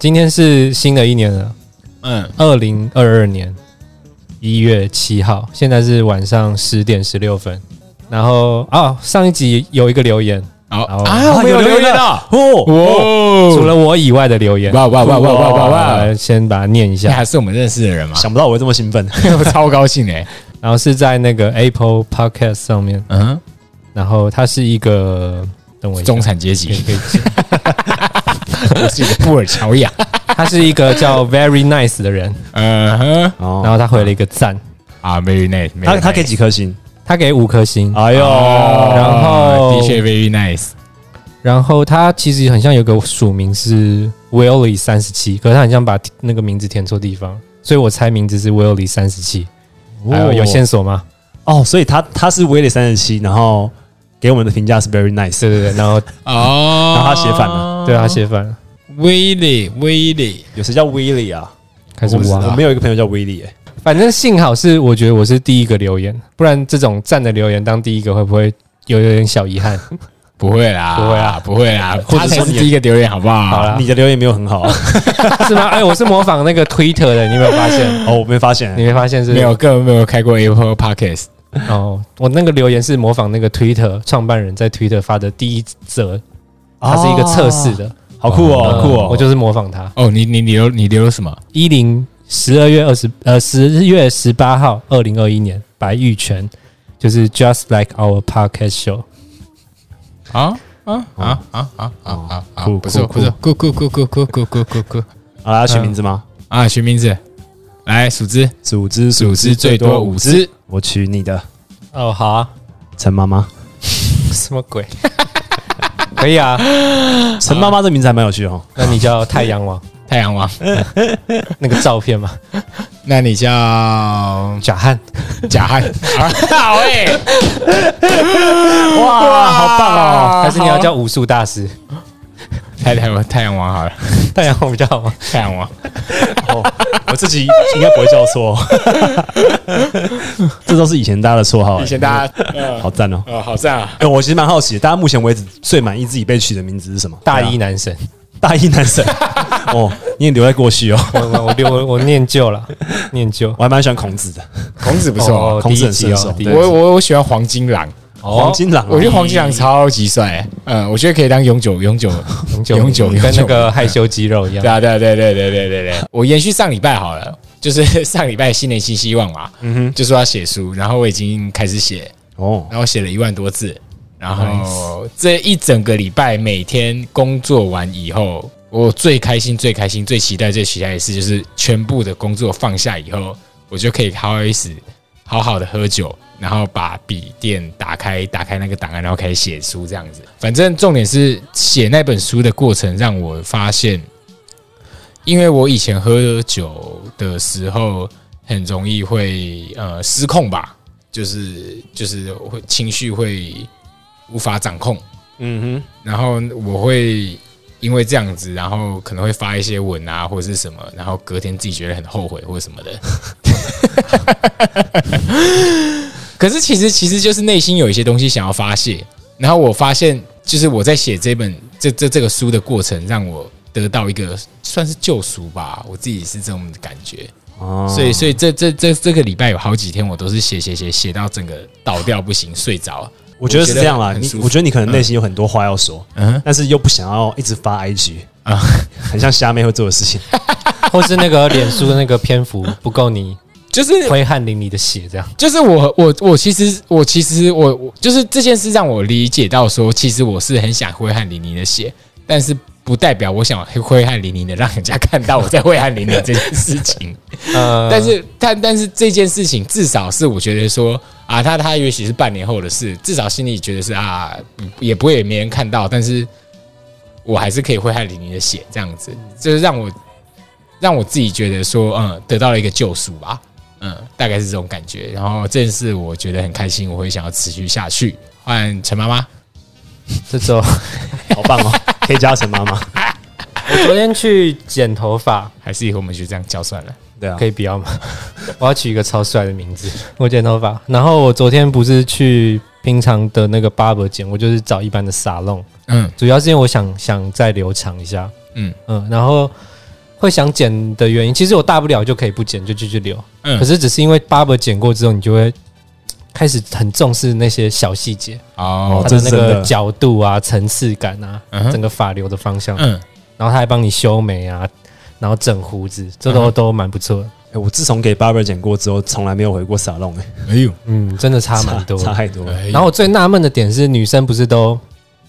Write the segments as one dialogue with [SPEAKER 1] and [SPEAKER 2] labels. [SPEAKER 1] 今天是新的一年了，
[SPEAKER 2] 嗯，
[SPEAKER 1] 二零二二年一月七号，现在是晚上十点十六分。然后哦，上一集有一个留言，
[SPEAKER 2] 好
[SPEAKER 1] 好
[SPEAKER 2] 啊，我们有留言了，
[SPEAKER 1] 哦，除
[SPEAKER 2] 哦，
[SPEAKER 1] 了我以外的留言，
[SPEAKER 2] 哇哇哇哇哇哇哇！
[SPEAKER 1] 呃先把它念一
[SPEAKER 2] 这
[SPEAKER 1] 下。
[SPEAKER 2] 还是我们认识的人吗？
[SPEAKER 3] 想不到我会这么兴奋，
[SPEAKER 2] 我 超高兴哎，
[SPEAKER 1] 然后是在那个 Apple Podcast 上面，
[SPEAKER 2] 嗯，
[SPEAKER 1] 然后它是一个等我一下
[SPEAKER 2] 中产阶
[SPEAKER 1] 可以
[SPEAKER 2] 级，
[SPEAKER 1] 可以讲，
[SPEAKER 2] 我是一个布尔乔亚，
[SPEAKER 1] 他是一个叫 Very Nice 的 人，
[SPEAKER 2] 嗯哼，
[SPEAKER 3] 然
[SPEAKER 1] 然后他回了一个赞，
[SPEAKER 2] 啊，very nice，
[SPEAKER 3] 哦他他给几颗星？
[SPEAKER 1] 他给五颗星。
[SPEAKER 3] 哎呦，
[SPEAKER 2] 哦，
[SPEAKER 1] 然后
[SPEAKER 2] 的确 very nice，
[SPEAKER 1] 然后他其实很像有个署名是 Willie 三十七，可是他很像把那个名字填错地方，所以我猜名字是 Willie 三十七。还哎有有线索吗？
[SPEAKER 3] 哦，所以他他是威廉三十七，然后给我们的评价是 very nice，
[SPEAKER 1] 对对对，然后
[SPEAKER 2] 哦，
[SPEAKER 3] 然后他写反了
[SPEAKER 1] 对他写反了，
[SPEAKER 2] 威力威力，
[SPEAKER 3] 有谁叫威利啊？
[SPEAKER 1] 开始
[SPEAKER 3] 我
[SPEAKER 1] 挖
[SPEAKER 3] 我。没有一个朋友叫威利，哎，
[SPEAKER 1] 反正幸好是我觉得我是第一个留言，不然这种赞的留言当第一个会不会有有点小遗 憾？
[SPEAKER 2] 不会啦，
[SPEAKER 1] 不会啊，
[SPEAKER 2] 不会啦，
[SPEAKER 3] 或
[SPEAKER 2] 他
[SPEAKER 3] 者
[SPEAKER 2] 才
[SPEAKER 3] 说
[SPEAKER 2] 是
[SPEAKER 3] 你
[SPEAKER 2] 第一个留言，好不好？
[SPEAKER 1] 好啦
[SPEAKER 3] 你的留言没有很好 啊，
[SPEAKER 1] 是吗？哎、我是模仿那个 Twitter 的，你有没有发 现？
[SPEAKER 3] 哦，我没发现
[SPEAKER 1] 你
[SPEAKER 3] 欸，
[SPEAKER 1] 没发现是不
[SPEAKER 2] 没
[SPEAKER 1] 是
[SPEAKER 2] 有，根本没有开过 Apple Podcast，
[SPEAKER 1] 哦，我那个留言是模仿那个 Twitter 创办人在 Twitter 发的第一则，它是一个测试的，
[SPEAKER 3] 好酷哦，好酷
[SPEAKER 1] 嗯
[SPEAKER 3] 哦，
[SPEAKER 1] 我就是模仿他。
[SPEAKER 2] 哦，你你留你留了什么？
[SPEAKER 1] 一零十二月二十呃十月十八号，二零二一年白玉泉就是 Just Like Our Podcast Show，
[SPEAKER 2] 啊啊啊啊啊啊啊啊！
[SPEAKER 3] 酷
[SPEAKER 2] 不错不
[SPEAKER 3] 酷
[SPEAKER 2] 错，酷酷酷酷酷酷酷酷酷
[SPEAKER 3] 好啦，取名字
[SPEAKER 1] 嗯
[SPEAKER 3] 吗？
[SPEAKER 2] 啊！取名字，来数只，
[SPEAKER 3] 组织
[SPEAKER 2] 数只最多五只，
[SPEAKER 3] 我取你的
[SPEAKER 1] 哦，好啊，
[SPEAKER 3] 陈妈妈，
[SPEAKER 1] 什么鬼？可以啊，
[SPEAKER 3] 陈妈妈这名字还蛮有趣哦，
[SPEAKER 1] 那你叫太阳王
[SPEAKER 2] 太阳王。
[SPEAKER 1] 那个照片嘛，
[SPEAKER 2] 那你 叫
[SPEAKER 1] 假汉，
[SPEAKER 2] 贾汉，好哎，
[SPEAKER 3] 哇，好棒哦，
[SPEAKER 1] 还是你要叫武术大师？
[SPEAKER 2] 太太阳太阳王好了，
[SPEAKER 1] 太阳王比较好吗？
[SPEAKER 2] 太阳王。
[SPEAKER 1] 嗯
[SPEAKER 3] 我自己应该不会叫 错，哦这都是以前大家的绰号欸，
[SPEAKER 2] 以前大家
[SPEAKER 3] 好赞哦。
[SPEAKER 2] 哦好赞啊，
[SPEAKER 3] 哎、我其实蛮好奇的，大家目前为止最满意自己被取的名字是什么？
[SPEAKER 1] 大
[SPEAKER 3] 对
[SPEAKER 1] 一
[SPEAKER 3] 啊
[SPEAKER 1] 男神，
[SPEAKER 3] 大一男神 哦，你也留在过去哦。
[SPEAKER 1] 我我我我我念旧了，念旧。
[SPEAKER 3] 我还蛮喜欢孔子的，
[SPEAKER 2] 孔子不
[SPEAKER 1] 哦
[SPEAKER 2] 错。
[SPEAKER 3] 孔子很
[SPEAKER 1] 第一集哦
[SPEAKER 3] 顺手
[SPEAKER 1] 第一集
[SPEAKER 2] 我我我喜欢黄金狼，
[SPEAKER 1] 哦
[SPEAKER 3] 黄金狼、啊
[SPEAKER 2] 我觉得黄金狼超级帅，嗯，我觉得可以当永久永久
[SPEAKER 1] 永久
[SPEAKER 2] 永久
[SPEAKER 1] 跟
[SPEAKER 2] 永久
[SPEAKER 1] 那个害羞肌肉一样
[SPEAKER 2] 对。啊，对啊，对对对对对 对，我延续上礼拜好了，就是 上礼拜新年新希望嘛，就说要写书，然后我已经开始写，
[SPEAKER 3] 哦，
[SPEAKER 2] 然后写了一万多字，然后这一整个礼拜每天工作完以后，我最开心、最开心、最期待、最期待的事就是全部的工作放下以后，我就可以开始好好的喝酒。然后把笔电打开，打开那个档案，然后开始写书，这样子。反正重点是写那本书的过程，让我发现因为我以前喝酒的时候，很容易会呃失控吧，就是就是会情绪会无法掌控，
[SPEAKER 3] 嗯
[SPEAKER 2] 然后我会因为这样子，然后可能会发一些文啊或者是什么，然后隔天自己觉得很后悔或者什么的。 可是其实其实就是内心有一些东西想要发泄，然后我发现就是我在写这本这这这个书的过程，让我得到一个算是救赎吧，我自己是这种感觉。
[SPEAKER 3] 哼，哦，
[SPEAKER 2] 所以，所以这这这这个礼拜有好几天，我都是写写写写到整个倒掉不行，睡着。
[SPEAKER 3] 我觉得是这样啦。
[SPEAKER 2] 很
[SPEAKER 3] 你
[SPEAKER 2] 舒服
[SPEAKER 3] 我觉得你可能内心有很多话要说，
[SPEAKER 2] 嗯
[SPEAKER 3] 但是又不想要一直发 IG
[SPEAKER 2] 啊
[SPEAKER 3] 啊，很像虾妹会做的事情。
[SPEAKER 1] 或是那个脸书的那个篇幅不够你
[SPEAKER 2] 就是
[SPEAKER 1] 挥汗淋漓的血这样。
[SPEAKER 2] 就是我我我其实我其实我我就是这件事让我理解到说，其实我是很想挥汗淋漓的写，但是不代表我想挥汗淋漓的让人家看到我在挥汗淋漓这件事情。
[SPEAKER 1] 呃，
[SPEAKER 2] 但是但但是这件事情至少是我觉得说啊，他他也许是半年后的事，至少心里觉得是啊，也不会没人看到，但是我还是可以挥汗淋漓的写这样子，就是让我让我自己觉得说，嗯，得到了一个救赎吧，嗯，大概是这种感觉。然后这件事我觉得很开心，我会想要持续下去。换陈妈妈，
[SPEAKER 1] 这周
[SPEAKER 3] 好棒哦，可以加成妈妈。
[SPEAKER 1] 我昨天去剪头发，
[SPEAKER 2] 还是以后我们就这样叫算了。
[SPEAKER 3] 对啊
[SPEAKER 1] 可，以不要吗？ 我要取一个超帅的名字。我剪头发，然后我昨天不是去平常的那个 barber 剪，我就是找一般的沙龙，
[SPEAKER 2] 嗯
[SPEAKER 1] 主要是因为我想想再留长一下。
[SPEAKER 2] 嗯
[SPEAKER 1] 嗯，然后会想剪的原因，其实我大不了就可以不剪，就继续留。
[SPEAKER 2] 嗯
[SPEAKER 1] 可是只是因为 barber 剪过之后，你就会开始很重视那些小细节，
[SPEAKER 2] 哦
[SPEAKER 1] 它，
[SPEAKER 3] 这
[SPEAKER 1] 的那
[SPEAKER 3] 是真的
[SPEAKER 1] 个角度啊、层次感啊
[SPEAKER 2] 嗯，哼
[SPEAKER 1] 整个发流的方向，
[SPEAKER 2] 嗯，
[SPEAKER 1] 然后他还帮你修眉啊，然后整胡子，这
[SPEAKER 2] 嗯
[SPEAKER 1] 都
[SPEAKER 2] 哼
[SPEAKER 1] 都蛮不错的。
[SPEAKER 3] 哎我自从给 barber 剪过之后，从来没有回过沙龙，哎，
[SPEAKER 2] 哎呦，哎
[SPEAKER 1] 嗯，真的差蛮多的。
[SPEAKER 3] 差太多了。
[SPEAKER 1] 然后我最纳闷的点是，女生不是都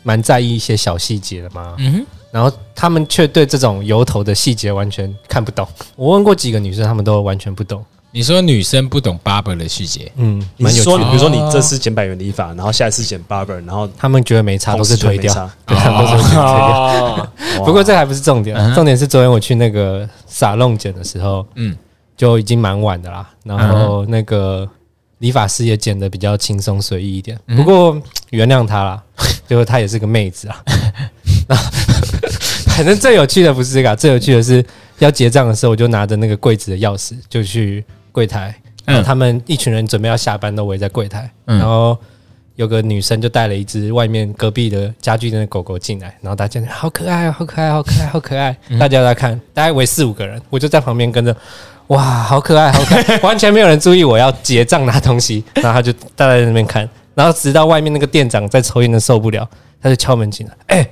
[SPEAKER 1] 蛮在意一些小细节的吗？
[SPEAKER 2] 嗯哼，
[SPEAKER 1] 然后她们却对这种油头的细节完全看不懂。我问过几个女生，她们都完全不懂。
[SPEAKER 2] 你说女生不懂 barber 的细节，
[SPEAKER 1] 嗯，
[SPEAKER 3] 你
[SPEAKER 1] 蛮
[SPEAKER 3] 是
[SPEAKER 1] 有趣
[SPEAKER 3] 说，
[SPEAKER 1] 的。
[SPEAKER 3] 你比如说你这次剪百元理发，然后下一次剪 barber，然后
[SPEAKER 1] 她们觉得没差，都
[SPEAKER 3] 同
[SPEAKER 1] 是
[SPEAKER 3] 事就
[SPEAKER 1] 推
[SPEAKER 3] 没
[SPEAKER 1] 掉。
[SPEAKER 3] 差
[SPEAKER 1] 对，她们都是推掉。
[SPEAKER 2] 哦，
[SPEAKER 3] 哇
[SPEAKER 1] 不过这还不是重点啊
[SPEAKER 2] 嗯，哼
[SPEAKER 1] 重点是昨天我去那个沙龙剪的时候，
[SPEAKER 2] 嗯，
[SPEAKER 1] 就已经蛮晚的啦。然后那个理发师也剪的比较轻松随意一点，
[SPEAKER 2] 嗯
[SPEAKER 1] 不过原谅她啦， 就是她也是个妹子 啊。那反正最有趣的不是这个啊、最有趣的是要结账的时候，我就拿着那个柜子的钥匙就去柜台，然后
[SPEAKER 2] 嗯
[SPEAKER 1] 他们一群人准备要下班都围在柜台，
[SPEAKER 2] 嗯
[SPEAKER 1] 然后。有个女生就带了一只外面隔壁的家具店的狗狗进来，然后大家就好可爱哦，好可爱，好可爱，好可爱，
[SPEAKER 2] 嗯
[SPEAKER 1] 大家都在看，大概围四五个人，我就在旁边跟着，哇，好可爱，好可 爱，完全没有人注意我要结账拿东西，然后他就大家在那边看，然后直到外面那个店长在抽烟的受不了，他就敲门进来，哎、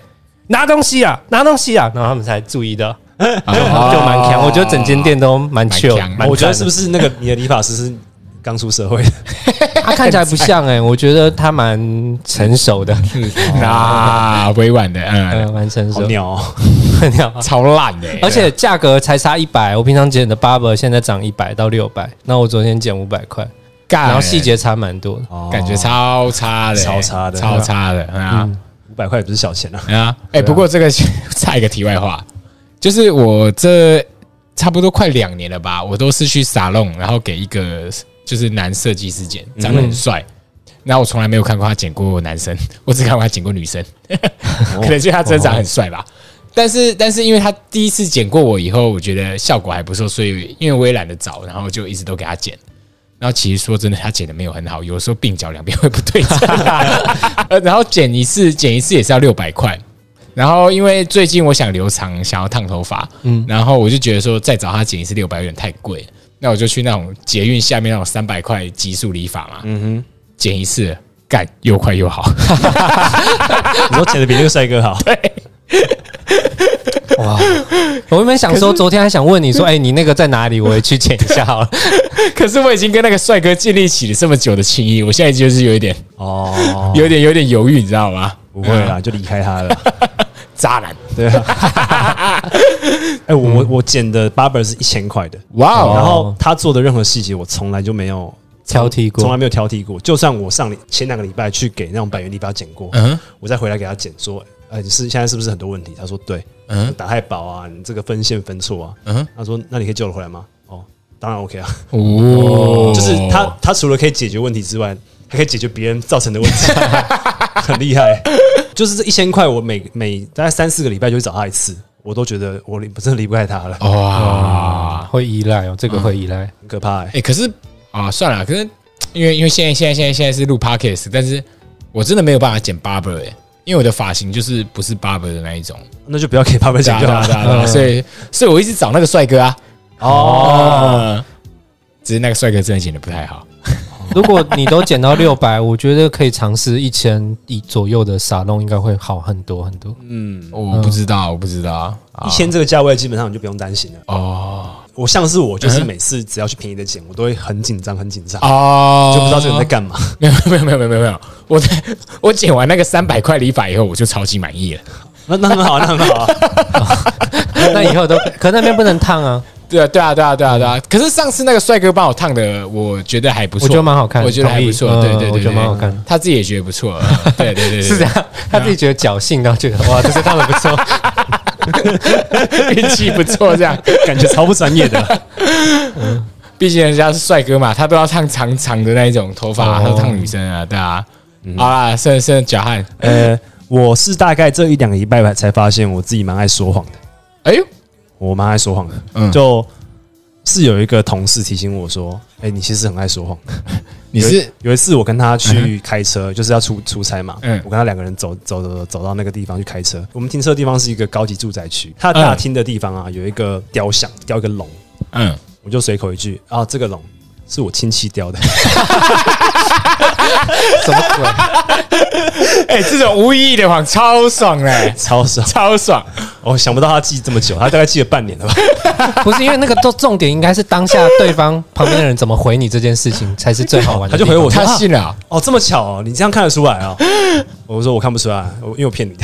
[SPEAKER 1] 拿东西啊，拿东西啊，然后他们才注意到，
[SPEAKER 2] 就
[SPEAKER 1] 就蛮强，我觉得整间店都蛮
[SPEAKER 2] 啊蛮
[SPEAKER 1] chill，
[SPEAKER 2] 强
[SPEAKER 1] 蛮
[SPEAKER 3] 哦我觉得
[SPEAKER 1] 赞
[SPEAKER 3] 是
[SPEAKER 1] 的
[SPEAKER 3] 不是那个你的理发师是刚出社会的？
[SPEAKER 1] 他看起来不像哎、我觉得他蛮成熟的，
[SPEAKER 2] 那委婉的，嗯，
[SPEAKER 1] 嗯，蛮成熟
[SPEAKER 3] 好，鸟哦！
[SPEAKER 1] 很 好
[SPEAKER 2] 超烂的，
[SPEAKER 1] 而且价格才差一百，我平常剪的 barber 现在涨一百到六百，那我昨天剪五百块，
[SPEAKER 3] 哎
[SPEAKER 2] 干
[SPEAKER 1] 然后细节差蛮多的。
[SPEAKER 2] 感觉超差的，
[SPEAKER 3] 超差的
[SPEAKER 2] 超差的，嗯啊。
[SPEAKER 3] 五百块也不是小钱 啊。
[SPEAKER 2] 哎呀，哎，不过这个 差一个题外话，就是我这差不多快两年了吧，我都是去沙龙，然后给一个就是男设计师剪，
[SPEAKER 3] 嗯
[SPEAKER 2] 长得很帅。然后我从来没有看过他剪过男生， 我只看过他剪过女生，
[SPEAKER 3] 哦
[SPEAKER 2] 可能就他真的长得很帅吧。但是，但是因为他第一次剪过我以后，我觉得效果还不错，所以因为我也懒得找，然后就一直都给他剪。然后其实说真的，他剪的没有很好，有时候鬓角两边会不对称、呃然后剪一次，剪一次也是要六百块。然后因为最近我想留长，想要烫头发，嗯，然后我就觉得说再找他剪一次六百有点太贵了，那我就去那种捷运下面那种三百块极速理发嘛，嗯哼，剪一次干又快又好，
[SPEAKER 3] 你说剪的比那个帅哥好，
[SPEAKER 1] 哇！我原本想说，昨天还想问你说，哎、你那个在哪里？我也去剪一下 好了。
[SPEAKER 2] 可是我已经跟那个帅哥建立起了这么久的情谊，我现在就是有一点、
[SPEAKER 3] 哦，
[SPEAKER 2] 有点有点犹豫，你知道吗？啊
[SPEAKER 3] 不会啦，就离开他了。
[SPEAKER 2] 渣男，
[SPEAKER 3] 对啊，哎，我我我剪的 barber 是一千块的，
[SPEAKER 2] 哇哦，
[SPEAKER 3] 然后他做的任何细节我从来就没有
[SPEAKER 1] 挑剔过
[SPEAKER 3] 从来没有挑剔过。就算我上前两个礼拜去给那种百元理发剪过，
[SPEAKER 2] 嗯
[SPEAKER 3] 我再回来给他剪说，呃，你是现在是不是很多问题？他说对，
[SPEAKER 2] 嗯
[SPEAKER 3] 打太薄啊，你这个分线分错啊。
[SPEAKER 2] 嗯
[SPEAKER 3] 他说那你可以救得回来吗？哦，当然 OK 啊，
[SPEAKER 2] 哦
[SPEAKER 3] 就是他他除了可以解决问题之外，还可以解决别人造成的问题， 很厉害。就是这一千块，我每每大概三四个礼拜就去找他一次，我都觉得我离真的离不开他了，
[SPEAKER 2] 哇，
[SPEAKER 1] 会依赖哦，这个会依赖。
[SPEAKER 3] 很可怕、
[SPEAKER 2] 哎、
[SPEAKER 3] 欸。
[SPEAKER 2] 可是啊，算了，可是因为因为现在现在现在现在是录 podcast，但是我真的没有办法剪 barber 哎、因为我的发型就是不是 barber 的那一种，
[SPEAKER 3] 那就不要给爸爸
[SPEAKER 2] 对
[SPEAKER 3] 剪
[SPEAKER 2] 啊
[SPEAKER 3] 就
[SPEAKER 2] 对
[SPEAKER 3] 好嗯
[SPEAKER 2] 啊对
[SPEAKER 3] 了。
[SPEAKER 2] 啊对啊，所以所以我一直找那个帅哥啊，
[SPEAKER 3] 哦，
[SPEAKER 2] 嗯，只是那个帅哥真的剪的不太好，
[SPEAKER 1] 如果你都剪到六百，我觉得可以尝试一千以左右的沙龙，应该会好很多很多。
[SPEAKER 3] 嗯，
[SPEAKER 2] 我不知道，我不知道，啊
[SPEAKER 3] 一千这个价位基本上你就不用担心了。
[SPEAKER 2] 哦
[SPEAKER 3] 我像是我，就是
[SPEAKER 2] 嗯
[SPEAKER 3] 每次只要去便宜的剪，我都会很紧张，很紧张，
[SPEAKER 2] 哦，
[SPEAKER 3] 就不知道这个人在干嘛。
[SPEAKER 2] 没有 没有没有没有没有没有，我在我剪完那个三百块理发以后，我就超级满意了。
[SPEAKER 3] 那那很好，那很好啊。
[SPEAKER 1] 那以后都可那边不能烫 啊，
[SPEAKER 2] 对啊，对啊，对啊，对啊，对啊！可是上次那个帅哥帮我烫的，我觉得还不错，
[SPEAKER 1] 我觉得蛮好看的
[SPEAKER 2] 我觉得还不错，
[SPEAKER 1] 同意
[SPEAKER 2] 对对对
[SPEAKER 1] 嗯我觉得蛮好看的，
[SPEAKER 2] 对他自己也觉得 不错，嗯对对对，对
[SPEAKER 1] 是这，样。他自己觉得侥幸，然后觉得哇，这次烫的不错。
[SPEAKER 2] 对运气不错，这样，
[SPEAKER 3] 感觉超不专业的。
[SPEAKER 2] 毕竟人家是帅哥嘛，他都要烫长长的那一种头
[SPEAKER 1] 哦
[SPEAKER 2] 发，
[SPEAKER 1] 嗯
[SPEAKER 2] 他都烫女生啊，对啊，好啦，剩剩脚汗，
[SPEAKER 3] 呃，我是大概这一两个礼拜才发现我自己蛮爱说谎的，
[SPEAKER 2] 哎呦，
[SPEAKER 3] 我蛮爱说谎的。
[SPEAKER 2] 嗯
[SPEAKER 3] 就是有一个同事提醒我说：“哎、你其实很爱说谎。”
[SPEAKER 2] 你
[SPEAKER 3] 有一
[SPEAKER 2] 是
[SPEAKER 3] 有一次我跟他去开车，就是要出出差嘛，
[SPEAKER 2] 嗯
[SPEAKER 3] 我跟他两个人走走走走到那个地方去开车。我们停车的地方是一个高级住宅区，它的大厅的地方啊有一个雕像，雕一个龙，
[SPEAKER 2] 嗯，
[SPEAKER 3] 我就随口一句啊，这个龙是我亲戚雕的，
[SPEAKER 1] 什么鬼？
[SPEAKER 2] 哎、这种无意义的谎超爽嘞、
[SPEAKER 3] 超爽。
[SPEAKER 2] 超爽！
[SPEAKER 3] 我、想不到他记这么久，他大概记了半年 了吧？
[SPEAKER 1] 不是因为那个重重点应该是当下对方旁边的人怎么回你这件事情才是最好玩的地
[SPEAKER 3] 他就
[SPEAKER 1] 方。
[SPEAKER 3] 回我说
[SPEAKER 2] 他
[SPEAKER 3] 啊
[SPEAKER 2] 信了，
[SPEAKER 3] 哦，这么巧哦，你这样看得出来啊、我说我看不出来，我因为我骗你的，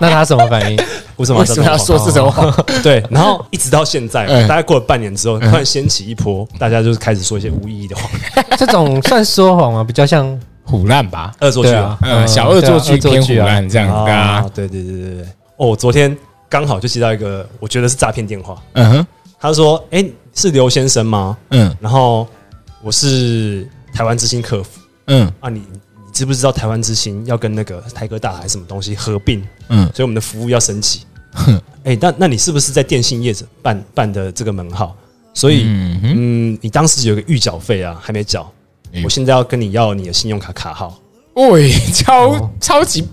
[SPEAKER 1] 那他什么反应？
[SPEAKER 3] 为什么
[SPEAKER 2] 为
[SPEAKER 3] 要
[SPEAKER 2] 什么要说这
[SPEAKER 3] 这
[SPEAKER 1] 哦
[SPEAKER 2] 种
[SPEAKER 3] 种
[SPEAKER 2] 谎？
[SPEAKER 3] 谎？对，然后一直到现在，
[SPEAKER 2] 嗯
[SPEAKER 3] 大概过了半年之后，突然掀起一波，大家就是开始说一些无意义的话，
[SPEAKER 1] 这种算说谎吗？比较像
[SPEAKER 2] 虎烂吧？
[SPEAKER 3] 恶作剧
[SPEAKER 1] 对
[SPEAKER 3] 啊
[SPEAKER 1] 啊，，
[SPEAKER 2] 嗯，小恶作剧
[SPEAKER 1] 对啊
[SPEAKER 2] 偏虎烂这样的啊
[SPEAKER 3] 啊，，对对对对对。哦，我昨天刚好就接到一个，我觉得是诈骗电话。
[SPEAKER 2] 嗯哼，
[SPEAKER 3] 他说：“哎、是刘先生吗？
[SPEAKER 2] 嗯
[SPEAKER 3] 然后我是台湾之星客服
[SPEAKER 2] 嗯
[SPEAKER 3] 啊你，你知不知道台湾之星要跟那个台哥大还是什么东西合并，
[SPEAKER 2] 嗯
[SPEAKER 3] 所以我们的服务要升级。哎、那那你是不是在电信业者办办的这个门号？所以，
[SPEAKER 2] 嗯哼，
[SPEAKER 3] 嗯，你当时有个预缴费啊，还没缴
[SPEAKER 2] 哎，呦
[SPEAKER 3] 我现在要跟你要你的信用卡卡号。”
[SPEAKER 2] 喂，超
[SPEAKER 1] 哦
[SPEAKER 2] 超级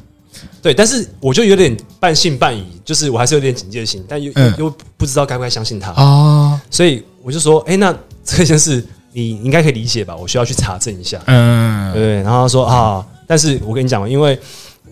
[SPEAKER 3] 对，但是我就有点半信半疑，就是我还是有点警戒心，但又、
[SPEAKER 2] 嗯
[SPEAKER 3] 又不知道该不该相信他，
[SPEAKER 2] 哦，
[SPEAKER 3] 所以我就说，哎、那这件事你应该可以理解吧？我需要去查证一下。
[SPEAKER 2] 嗯
[SPEAKER 3] 对，然后他说啊，但是我跟你讲，因为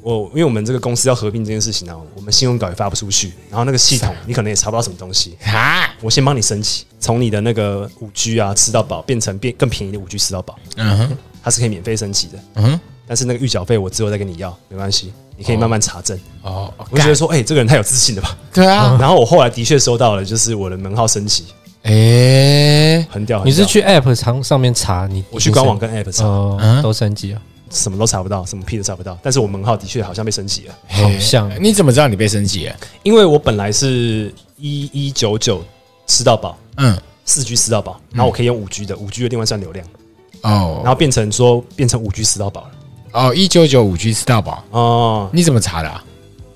[SPEAKER 3] 我因为我们这个公司要合并这件事情呢、啊，我们信用稿也发不出去，然后那个系统你可能也查不到什么东西，
[SPEAKER 2] 啊，
[SPEAKER 3] 我先帮你升级，从你的那个五 G 啊吃到饱变成变更便宜的五 G 吃到饱，
[SPEAKER 2] 嗯哼
[SPEAKER 3] 它是可以免费升级的，
[SPEAKER 2] 嗯哼，
[SPEAKER 3] 但是那个预缴费我之后再跟你要，没关系，你可以慢慢查证。
[SPEAKER 2] 哦，
[SPEAKER 3] 我就觉
[SPEAKER 2] 干
[SPEAKER 3] 得说，哎、这个人太有自信了吧？
[SPEAKER 2] 对啊，
[SPEAKER 3] 然后我后来的确收到了，就是我的门号升级，
[SPEAKER 2] 哎，
[SPEAKER 3] 很屌。很屌
[SPEAKER 1] 你是去 App 上上面查你？
[SPEAKER 3] 我去官网跟 App 查，
[SPEAKER 1] 哦、
[SPEAKER 2] 嗯
[SPEAKER 1] 都升级了，
[SPEAKER 3] 什么都查不到，什么屁都查不到。但是我门号的确好像被升级了，
[SPEAKER 1] 好像
[SPEAKER 2] 哎你怎么知道你被升级了？
[SPEAKER 3] 因为我本来是一一九九吃到饱，
[SPEAKER 2] 嗯
[SPEAKER 3] 四 G 吃到饱，然后我可以用五 G 的，五 G 的另外算流量，然
[SPEAKER 2] 哦
[SPEAKER 3] 后变成说变成五 G 吃到饱了。
[SPEAKER 2] 哦，一九九五 G 吃到饱，
[SPEAKER 3] 哦，
[SPEAKER 2] 你怎么查的啊？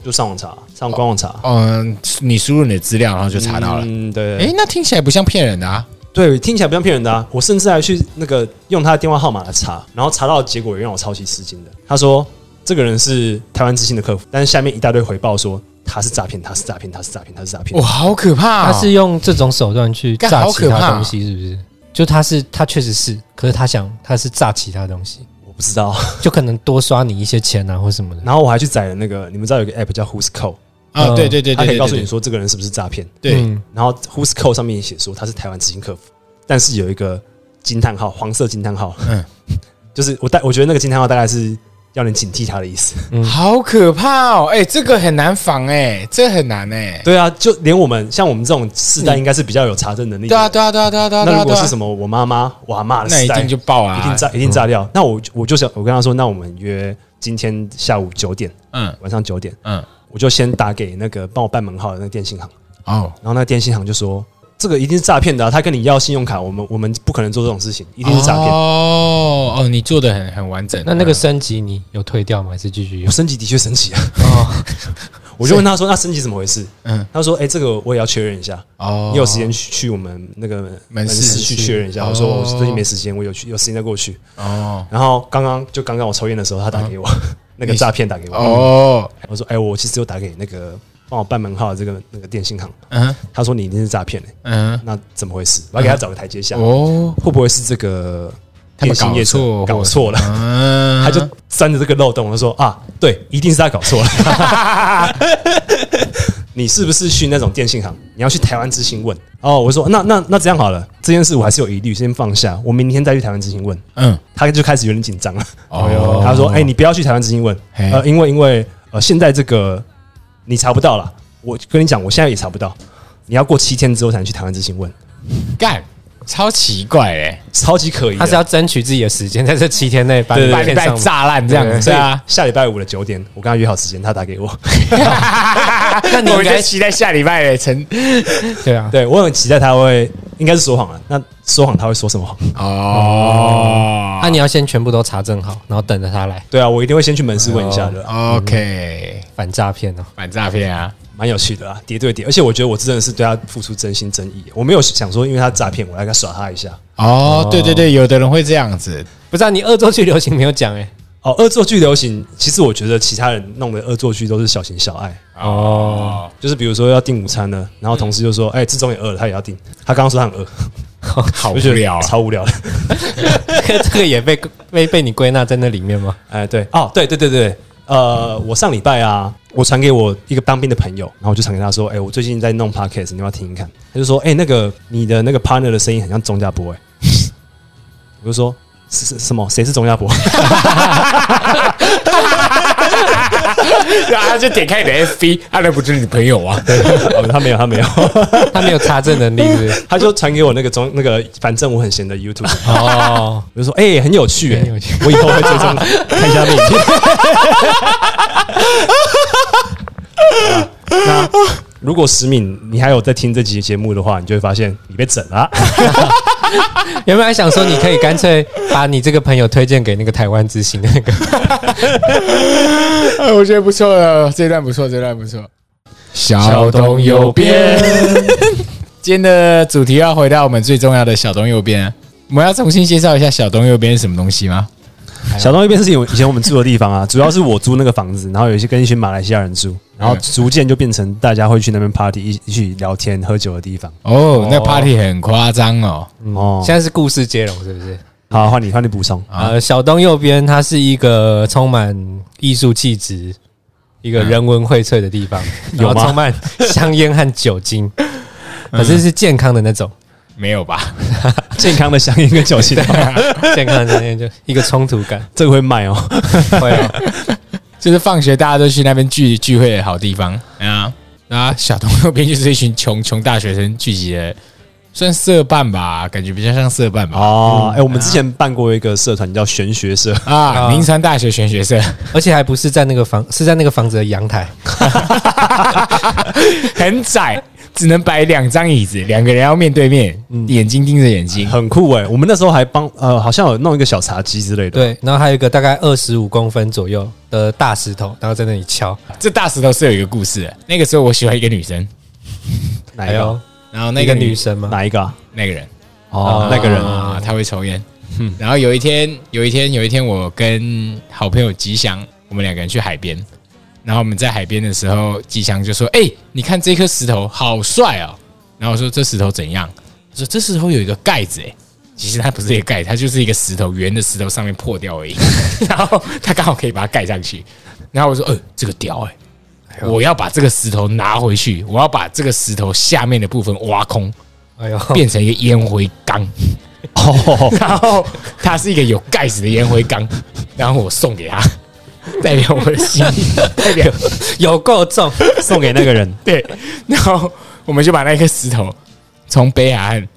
[SPEAKER 3] 就上网查，上官网查，
[SPEAKER 2] 嗯，你输入你的资料，然后就查到了。
[SPEAKER 3] 嗯，对，
[SPEAKER 2] 哎，那听起来不像骗人的啊。
[SPEAKER 3] 对，听起来不像骗人的啊！我甚至还去那个用他的电话号码来查，然后查到的结果也让我超级吃惊的。他说这个人是台湾之星的客服，但是下面一大堆回报说他是诈骗，他是诈骗，他是诈骗，他是诈骗
[SPEAKER 2] 哇，。好可怕、
[SPEAKER 1] 他
[SPEAKER 2] 哦！
[SPEAKER 1] 是用这种手段去
[SPEAKER 2] 干
[SPEAKER 1] 炸
[SPEAKER 2] 好
[SPEAKER 1] 其
[SPEAKER 2] 可怕
[SPEAKER 1] 他东西，是不是？就他是他确实是，可是他想他是炸其他东西，
[SPEAKER 3] 我不知道。
[SPEAKER 1] 就可能多刷你一些钱啊或什么的。
[SPEAKER 3] 然后我还去载了那个，你们知道有个 app 叫 Who's Call，
[SPEAKER 2] 啊，
[SPEAKER 1] 嗯
[SPEAKER 2] 对对对
[SPEAKER 3] 他
[SPEAKER 2] 对，
[SPEAKER 3] 可以
[SPEAKER 2] 对
[SPEAKER 3] 告诉你
[SPEAKER 2] 对
[SPEAKER 3] 说这个人是不是诈骗。
[SPEAKER 2] 对，
[SPEAKER 1] 嗯
[SPEAKER 3] 然后 Who's Call 上面也写说他是台湾之星客服，但是有一个惊叹号，黄色惊叹号，
[SPEAKER 2] 嗯
[SPEAKER 3] 嗯， 就是我大我觉得那个惊叹号大概是要你警惕他的 意思。
[SPEAKER 2] 好可怕哦！哎，这个很难防哎，这很难哎。
[SPEAKER 3] 对啊，就连我们像我们这种世代，应该是比较有查证能力的。
[SPEAKER 2] 对啊，对啊，对啊，对啊，对啊，对
[SPEAKER 3] 那
[SPEAKER 2] 啊，
[SPEAKER 3] 如
[SPEAKER 2] 对
[SPEAKER 3] 果是
[SPEAKER 2] 啊
[SPEAKER 3] 什么我妈妈、我阿妈的
[SPEAKER 2] 那
[SPEAKER 3] 时
[SPEAKER 2] 一
[SPEAKER 3] 代，
[SPEAKER 2] 定就爆
[SPEAKER 3] 一定
[SPEAKER 2] 啊！
[SPEAKER 3] 炸，一定炸掉。那我我就想，我跟他说，那我们约今天下午九点，
[SPEAKER 2] 嗯
[SPEAKER 3] 晚上九点，
[SPEAKER 2] 嗯，
[SPEAKER 3] 我就先打给那个帮我办门号的那个电信行，
[SPEAKER 2] 哦，
[SPEAKER 3] 然后那个电信行就说。这个一定是诈骗的、啊，他跟你要信用卡，我们我们不可能做这种事情，一
[SPEAKER 2] 一
[SPEAKER 3] 定是诈骗。
[SPEAKER 2] 哦哦，你做的很很完整。
[SPEAKER 1] 那那个
[SPEAKER 2] 嗯
[SPEAKER 1] 升级你有退掉吗？还是继续
[SPEAKER 3] 我
[SPEAKER 1] 用？
[SPEAKER 3] 升级的确升级了，
[SPEAKER 1] 哦，
[SPEAKER 3] 我就问他说：“那升级怎么回事？”
[SPEAKER 2] 嗯
[SPEAKER 3] 他说：“哎、这个我也要确认一下，
[SPEAKER 2] 哦，
[SPEAKER 3] 你有时间去去我们那个
[SPEAKER 2] 门
[SPEAKER 3] 门
[SPEAKER 2] 市
[SPEAKER 3] 市去确认一下。”我说：“
[SPEAKER 2] 哦
[SPEAKER 3] 我最近没时间，我有去有时间再过去。
[SPEAKER 2] 哦”
[SPEAKER 3] 然后刚刚就刚刚我抽烟的时候，他打给我， 那个诈骗打给我。
[SPEAKER 2] 嗯哦，
[SPEAKER 3] 我说：“哎、我其实有打给那个帮我办门号的这个那个电信行，
[SPEAKER 2] 嗯
[SPEAKER 3] 他说你一定是诈骗的，
[SPEAKER 2] 嗯，
[SPEAKER 3] 那怎么回事？我要给他找个台阶下，
[SPEAKER 2] 哦，
[SPEAKER 3] 会不会是这个
[SPEAKER 2] 他
[SPEAKER 3] 电
[SPEAKER 2] 们
[SPEAKER 3] 信
[SPEAKER 2] 搞
[SPEAKER 3] 业者
[SPEAKER 2] 错，
[SPEAKER 3] 搞错了？”
[SPEAKER 2] 嗯，
[SPEAKER 3] 他就钻着这个漏洞，他说：“啊，对，一定是他搞错了。 你是不是去那种电信行？你要去台湾之星问？”哦，我说：“那那那这样好了，这件事我还是有疑虑，先放下，我明天再去台湾之星问。”
[SPEAKER 2] 嗯，
[SPEAKER 3] 他就开始有点紧张了。
[SPEAKER 2] 哦哟
[SPEAKER 3] 他说：“哎、你不要去台湾之星问，
[SPEAKER 2] 嘿
[SPEAKER 3] 呃，因为因为呃，现在这个你查不到了。我跟你讲，我现在也查不到，你要过七天之后才能去台湾之星问，
[SPEAKER 2] 干，超奇怪哎，
[SPEAKER 3] 超级可疑的。
[SPEAKER 1] 他是要争取自己的时间，在这七天内把你
[SPEAKER 3] 对
[SPEAKER 2] 把
[SPEAKER 1] 把
[SPEAKER 2] 你
[SPEAKER 1] 骗
[SPEAKER 2] 被
[SPEAKER 1] 上。
[SPEAKER 2] 炸烂这样
[SPEAKER 1] 对
[SPEAKER 2] 子
[SPEAKER 3] 所以
[SPEAKER 2] 啊。
[SPEAKER 3] 下礼拜五的九点，我跟他约好时间，他打给我。
[SPEAKER 2] 那
[SPEAKER 1] 你应该
[SPEAKER 2] 我就期待下礼拜的成
[SPEAKER 1] 对啊，
[SPEAKER 3] 对我很期待他会，应该是说谎了。那说谎他会说什么谎？
[SPEAKER 2] 哦
[SPEAKER 1] 啊那你要先全部都查证好，然后等着他来
[SPEAKER 2] 哦
[SPEAKER 3] 对啊，我一定会先去门市问一下的。
[SPEAKER 1] 嗯
[SPEAKER 2] ，OK，
[SPEAKER 1] 反诈骗哦。
[SPEAKER 2] 反诈骗啊，
[SPEAKER 3] 蛮有趣的啊，叠对叠，而且我觉得我真的是对他付出真心真意，我没有想说因为他诈骗我来给他耍他一下。
[SPEAKER 2] 哦，对对对，有的人会这样子，
[SPEAKER 1] 不是啊，你恶作剧流行没有讲哎、
[SPEAKER 3] 哦，恶作剧流行，其实我觉得其他人弄的恶作剧都是小情小爱，
[SPEAKER 2] 哦，
[SPEAKER 3] 就是比如说要订午餐呢，然后同事就说：“哎、这终于饿了，他也要订。”他刚刚说他很饿，
[SPEAKER 2] 好无
[SPEAKER 3] 我就觉得
[SPEAKER 2] 聊啊，
[SPEAKER 3] 超无聊的。
[SPEAKER 1] 这个也被被被你归纳在那里面吗？
[SPEAKER 3] 哎，对，哦，对对对对，呃，我上礼拜啊，我传给我一个当兵的朋友，然后我就传给他说，哎，我最近在弄 podcast，你要不要听听看？他就说，哎，那个你的那个 partner 的声音很像钟家波，哎， 我就说是是什么？谁是钟家波？
[SPEAKER 2] 然后他就点开你的 FB，他那不就是你朋友啊？
[SPEAKER 3] 哦他没有，他没有，
[SPEAKER 1] 他没有查证能力是不是？
[SPEAKER 3] 他就传给我那个钟那个，反正我很闲的 YouTube，
[SPEAKER 1] 哦，
[SPEAKER 3] 我就说，哎，很有趣，哎
[SPEAKER 1] 很有趣，
[SPEAKER 3] 我以后会追踪看一下面片。对啊 那如果石敏你还有在听这集节目的话，你就会发现你被整了 啊。
[SPEAKER 1] 原本还想说你可以干脆把你这个朋友推荐给那个台湾之星的那个，
[SPEAKER 2] 哎我觉得不错了，这段不错，这段不错。小
[SPEAKER 1] 东右边，
[SPEAKER 2] 今天的主题要回到我们最重要的小东右边。我们要重新介绍一下小东右边是什么东西吗？
[SPEAKER 3] 小东那边是有以前我们住的地方啊，主要是我租那个房子，然后有一些跟一群马来西亚人住，然后逐渐就变成大家会去那边 party 一一起聊天喝酒的地方。
[SPEAKER 2] 哦，那 party 很夸张哦。
[SPEAKER 3] 哦，
[SPEAKER 1] 嗯现在是故事接龙是不是？
[SPEAKER 3] 好，换你换你补充。
[SPEAKER 2] 啊
[SPEAKER 1] 呃，小东右边它是一个充满艺术气质、一个人文荟萃的地方，
[SPEAKER 3] 有吗
[SPEAKER 1] 然后充满香烟和酒精，可是是健康的那种，
[SPEAKER 2] 没有吧？
[SPEAKER 3] 健康的香烟跟 酒精，
[SPEAKER 1] 健康的香烟就一个冲突感。
[SPEAKER 3] 这个会卖哦。
[SPEAKER 1] 会哦，
[SPEAKER 2] 就是放学大家都去那边聚聚会的好地方啊。那小东右边就是一群穷穷大学生聚集的，算社办吧，感觉比较像社办吧。
[SPEAKER 3] 哦，
[SPEAKER 1] 嗯
[SPEAKER 3] 哎，我们之前办过一个社团叫玄学社，
[SPEAKER 2] 啊，
[SPEAKER 1] 啊
[SPEAKER 2] 名川大学玄学社，
[SPEAKER 1] 而且还不是在那个房，是在那个房子的阳台。
[SPEAKER 2] 很窄，只能摆两张椅子，两个人要面对面，眼睛盯着眼睛。
[SPEAKER 3] 很酷哎。我们那时候还帮呃，好像有弄一个小茶几之类的。
[SPEAKER 1] 对，然后还有一个大概二十五公分左右的大石头，然后在那里敲。
[SPEAKER 2] 这大石头是有一个故事的。那个时候我喜欢一个女生，
[SPEAKER 3] 哪
[SPEAKER 1] 还
[SPEAKER 3] 一个？
[SPEAKER 1] 有
[SPEAKER 2] 然后那
[SPEAKER 1] 那
[SPEAKER 2] 个
[SPEAKER 1] 个
[SPEAKER 2] 女
[SPEAKER 1] 女生吗？
[SPEAKER 3] 哪一个啊？
[SPEAKER 2] 那个人
[SPEAKER 3] 哦，那个人
[SPEAKER 2] 啊，他会抽烟。 然后有一天，有一天，有一天，我跟好朋友吉祥，我们两个人去海边。然后我们在海边的时候，吉祥就说：“哎、你看这颗石头好帅哦。”然后我说：“这石头怎样？”他说：“这石头有一个盖子。”哎，其实它不是一个盖子，它就是一个石头，圆的石头上面破掉而已。 然后他刚好可以把它盖上去。然后我说：“呃，这个屌哎、我要把这个石头拿回去，我要把这个石头下面的部分挖空，
[SPEAKER 1] 哎呦，
[SPEAKER 2] 变成一个烟灰缸。”
[SPEAKER 3] 哦，
[SPEAKER 2] 然后它是一个有盖子的烟灰缸，然后我送给他， 代表我的心意，代表
[SPEAKER 1] 有够重，
[SPEAKER 3] 送给那个人。
[SPEAKER 2] 对。然后我们就把那颗石头从北海岸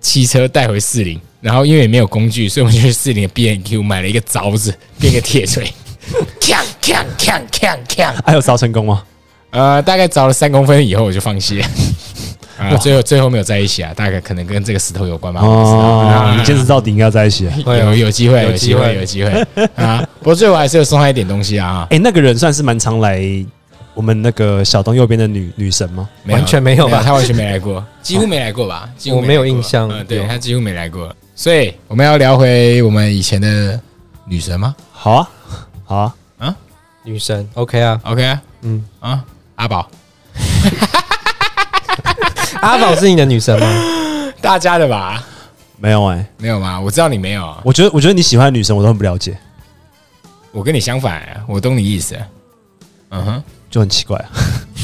[SPEAKER 2] 骑车带回士林，然后因为也没有工具，所以我们就去士林的 B N Q 买了一个凿子，变个铁锤， 锵锵锵锵锵，
[SPEAKER 3] 还有招成功吗？
[SPEAKER 2] 呃，大概凿了三公分以后我就放弃 了。啊，最后最后没有在一起啊，大概可能跟这个石头有关吧。我不知道
[SPEAKER 1] 啊
[SPEAKER 3] 哦，你坚持到底应该在一起。啊
[SPEAKER 1] 会
[SPEAKER 2] 有
[SPEAKER 1] 哦
[SPEAKER 2] 有机会，有
[SPEAKER 1] 有
[SPEAKER 2] 机
[SPEAKER 1] 机
[SPEAKER 2] 会，
[SPEAKER 1] 会
[SPEAKER 2] 有机会啊！不过最后还是有送他一点东西啊，
[SPEAKER 3] 哎、那个人算是蛮常来我们那个小东右边的女女神吗？
[SPEAKER 2] 没有
[SPEAKER 1] 完全没有吧
[SPEAKER 2] 他完全没来过，几乎没来过吧？几乎
[SPEAKER 1] 我没有
[SPEAKER 2] 来过
[SPEAKER 1] 印象
[SPEAKER 2] 嗯，对
[SPEAKER 1] 有
[SPEAKER 2] 他几乎没来过，所以我们要聊回我们以前的女神吗
[SPEAKER 3] 好啊，好啊，
[SPEAKER 1] 女神 OK 啊，
[SPEAKER 2] ？OK，啊
[SPEAKER 1] 嗯，
[SPEAKER 2] 啊，阿宝，
[SPEAKER 1] 阿宝是你的女神吗？
[SPEAKER 2] 大家的吧？
[SPEAKER 3] 没有哎、
[SPEAKER 2] 没有吗？我知道你没有啊，
[SPEAKER 3] 我觉得我觉得你喜欢的女神我都很不了解，
[SPEAKER 2] 我跟你相反，我懂你意思。嗯哼，
[SPEAKER 3] 就很奇怪、 啊，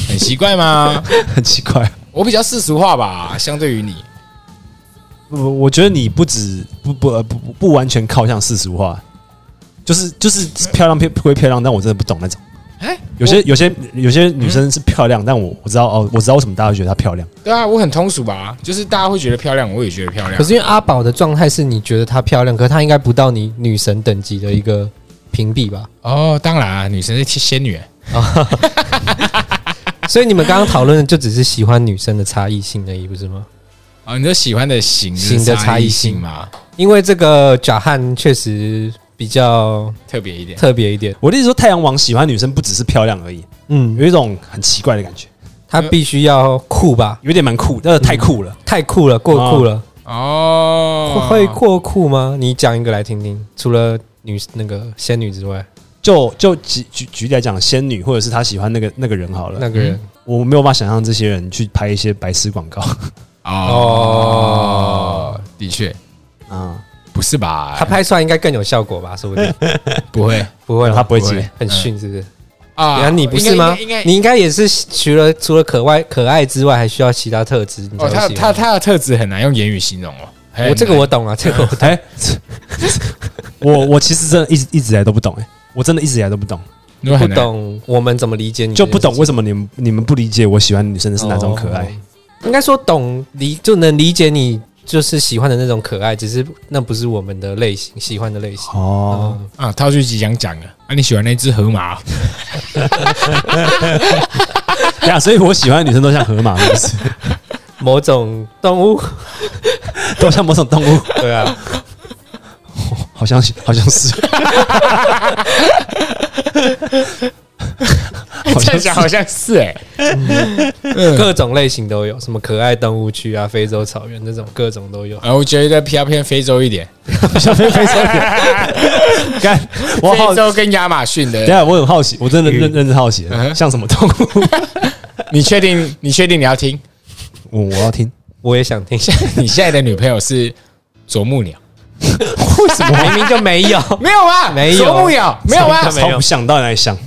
[SPEAKER 2] 很奇怪吗？
[SPEAKER 3] 很奇怪、啊。
[SPEAKER 2] 我比较世俗化吧，相对于你。
[SPEAKER 3] 不不，我觉得你不止不不呃不不不完全靠向世俗化，就是就是漂亮偏归漂亮，但我真的不懂那种。
[SPEAKER 2] 哎，
[SPEAKER 3] 有些有些有些女生是漂亮，但我我知道哦，我知道为什么大家会觉得她漂亮。
[SPEAKER 2] 我对啊，我很通俗吧，就是大家会觉得漂亮，我也觉得漂
[SPEAKER 3] 啊
[SPEAKER 2] 亮
[SPEAKER 1] 可。是因为阿宝的状态是你觉得她漂亮，可是她应该不到你女神等级的一个屏蔽 吧？
[SPEAKER 2] 哦，当然啊，女神是仙女，
[SPEAKER 1] 所以你们刚刚讨论的就只是喜欢女生的差异性而已，不是吗？
[SPEAKER 2] 哦，你说喜欢的型
[SPEAKER 1] 型的差异性
[SPEAKER 2] 嘛，
[SPEAKER 1] 因为这个贾汉确实比较
[SPEAKER 2] 特别一点。
[SPEAKER 1] 特别一点，
[SPEAKER 3] 我的意思说，太阳王喜欢女生不只是漂亮而已，
[SPEAKER 1] 嗯，
[SPEAKER 3] 有一种很奇怪的感觉。
[SPEAKER 1] 他必须要酷吧？
[SPEAKER 3] 有点蛮酷，但是太酷了。
[SPEAKER 1] 太酷了，过酷了，
[SPEAKER 3] 啊
[SPEAKER 2] 哦，
[SPEAKER 1] 会过酷吗？你讲一个来听听。除了女那个仙女之外，
[SPEAKER 3] 就就举举举例来讲，仙女或者是他喜欢那个那个人好了，
[SPEAKER 1] 那个人
[SPEAKER 3] 我没有办法想象这些人去拍一些白痴广告
[SPEAKER 2] 哦，的确
[SPEAKER 3] 啊，
[SPEAKER 2] 不是吧？
[SPEAKER 1] 他拍出来应该更有效果吧？说不 定
[SPEAKER 2] 不会
[SPEAKER 1] 不会，
[SPEAKER 3] 他不会
[SPEAKER 2] 不会
[SPEAKER 3] 接。
[SPEAKER 1] 很逊，是不是？
[SPEAKER 2] 啊
[SPEAKER 1] 啊， 你不是吗
[SPEAKER 2] 应该？
[SPEAKER 1] 你应该也是除了除了可爱可爱之外，还需要其他特质。你才
[SPEAKER 2] 哦，
[SPEAKER 1] 会
[SPEAKER 2] 他
[SPEAKER 1] 喜
[SPEAKER 2] 他
[SPEAKER 1] 欢
[SPEAKER 2] 他的特质很难用言语形容哦。很
[SPEAKER 1] 我这个
[SPEAKER 2] 难
[SPEAKER 1] 我懂了， 这个我懂。
[SPEAKER 3] 哎， 我我其实真的一直一直以来都不懂，哎，我真的一直以来都不懂，
[SPEAKER 2] 你会
[SPEAKER 1] 不
[SPEAKER 2] 很难
[SPEAKER 1] 懂我们怎么理解你，
[SPEAKER 3] 就不懂为什么你们你们不理解我喜欢女生的是哪种可爱
[SPEAKER 1] 哦。应该说懂理就能理解你，就是喜欢的那种可爱，只是那不是我们的类型，喜欢的类型。
[SPEAKER 3] 哦，
[SPEAKER 1] 嗯
[SPEAKER 2] 啊。套句即将讲了啊，你喜欢那只 河马哦？
[SPEAKER 3] 对啊，所以我喜欢的女生都像河马，是 不是
[SPEAKER 1] 某种动物，
[SPEAKER 3] 都像某种动物，
[SPEAKER 1] 对啊，
[SPEAKER 3] 好像是好像是，好
[SPEAKER 2] 这样
[SPEAKER 3] 像
[SPEAKER 2] 讲
[SPEAKER 3] 是
[SPEAKER 2] 好像是哎，嗯
[SPEAKER 1] 各种类型都有，什么可爱动物区啊、非洲草原那种，各种都有。
[SPEAKER 2] 啊，我觉得比较偏非洲一点，
[SPEAKER 3] 像非非洲人。 干，我好
[SPEAKER 2] 非，洲跟亚马逊
[SPEAKER 3] 等一
[SPEAKER 1] 啊
[SPEAKER 2] 的。
[SPEAKER 3] 下我很好奇，我真的认认真好奇
[SPEAKER 2] 嗯，哼
[SPEAKER 3] 像什么动物？
[SPEAKER 2] 你确定？你确定你要听？
[SPEAKER 3] 我我要听，
[SPEAKER 1] 我也想听，
[SPEAKER 2] 你现在的女朋友是啄木 鸟？
[SPEAKER 3] 为什 么
[SPEAKER 1] 明明就没有，
[SPEAKER 2] 没有啊，
[SPEAKER 1] 没有
[SPEAKER 2] 啄木鸟没有啊
[SPEAKER 1] 从，没有
[SPEAKER 3] 超不像，到底哪里像？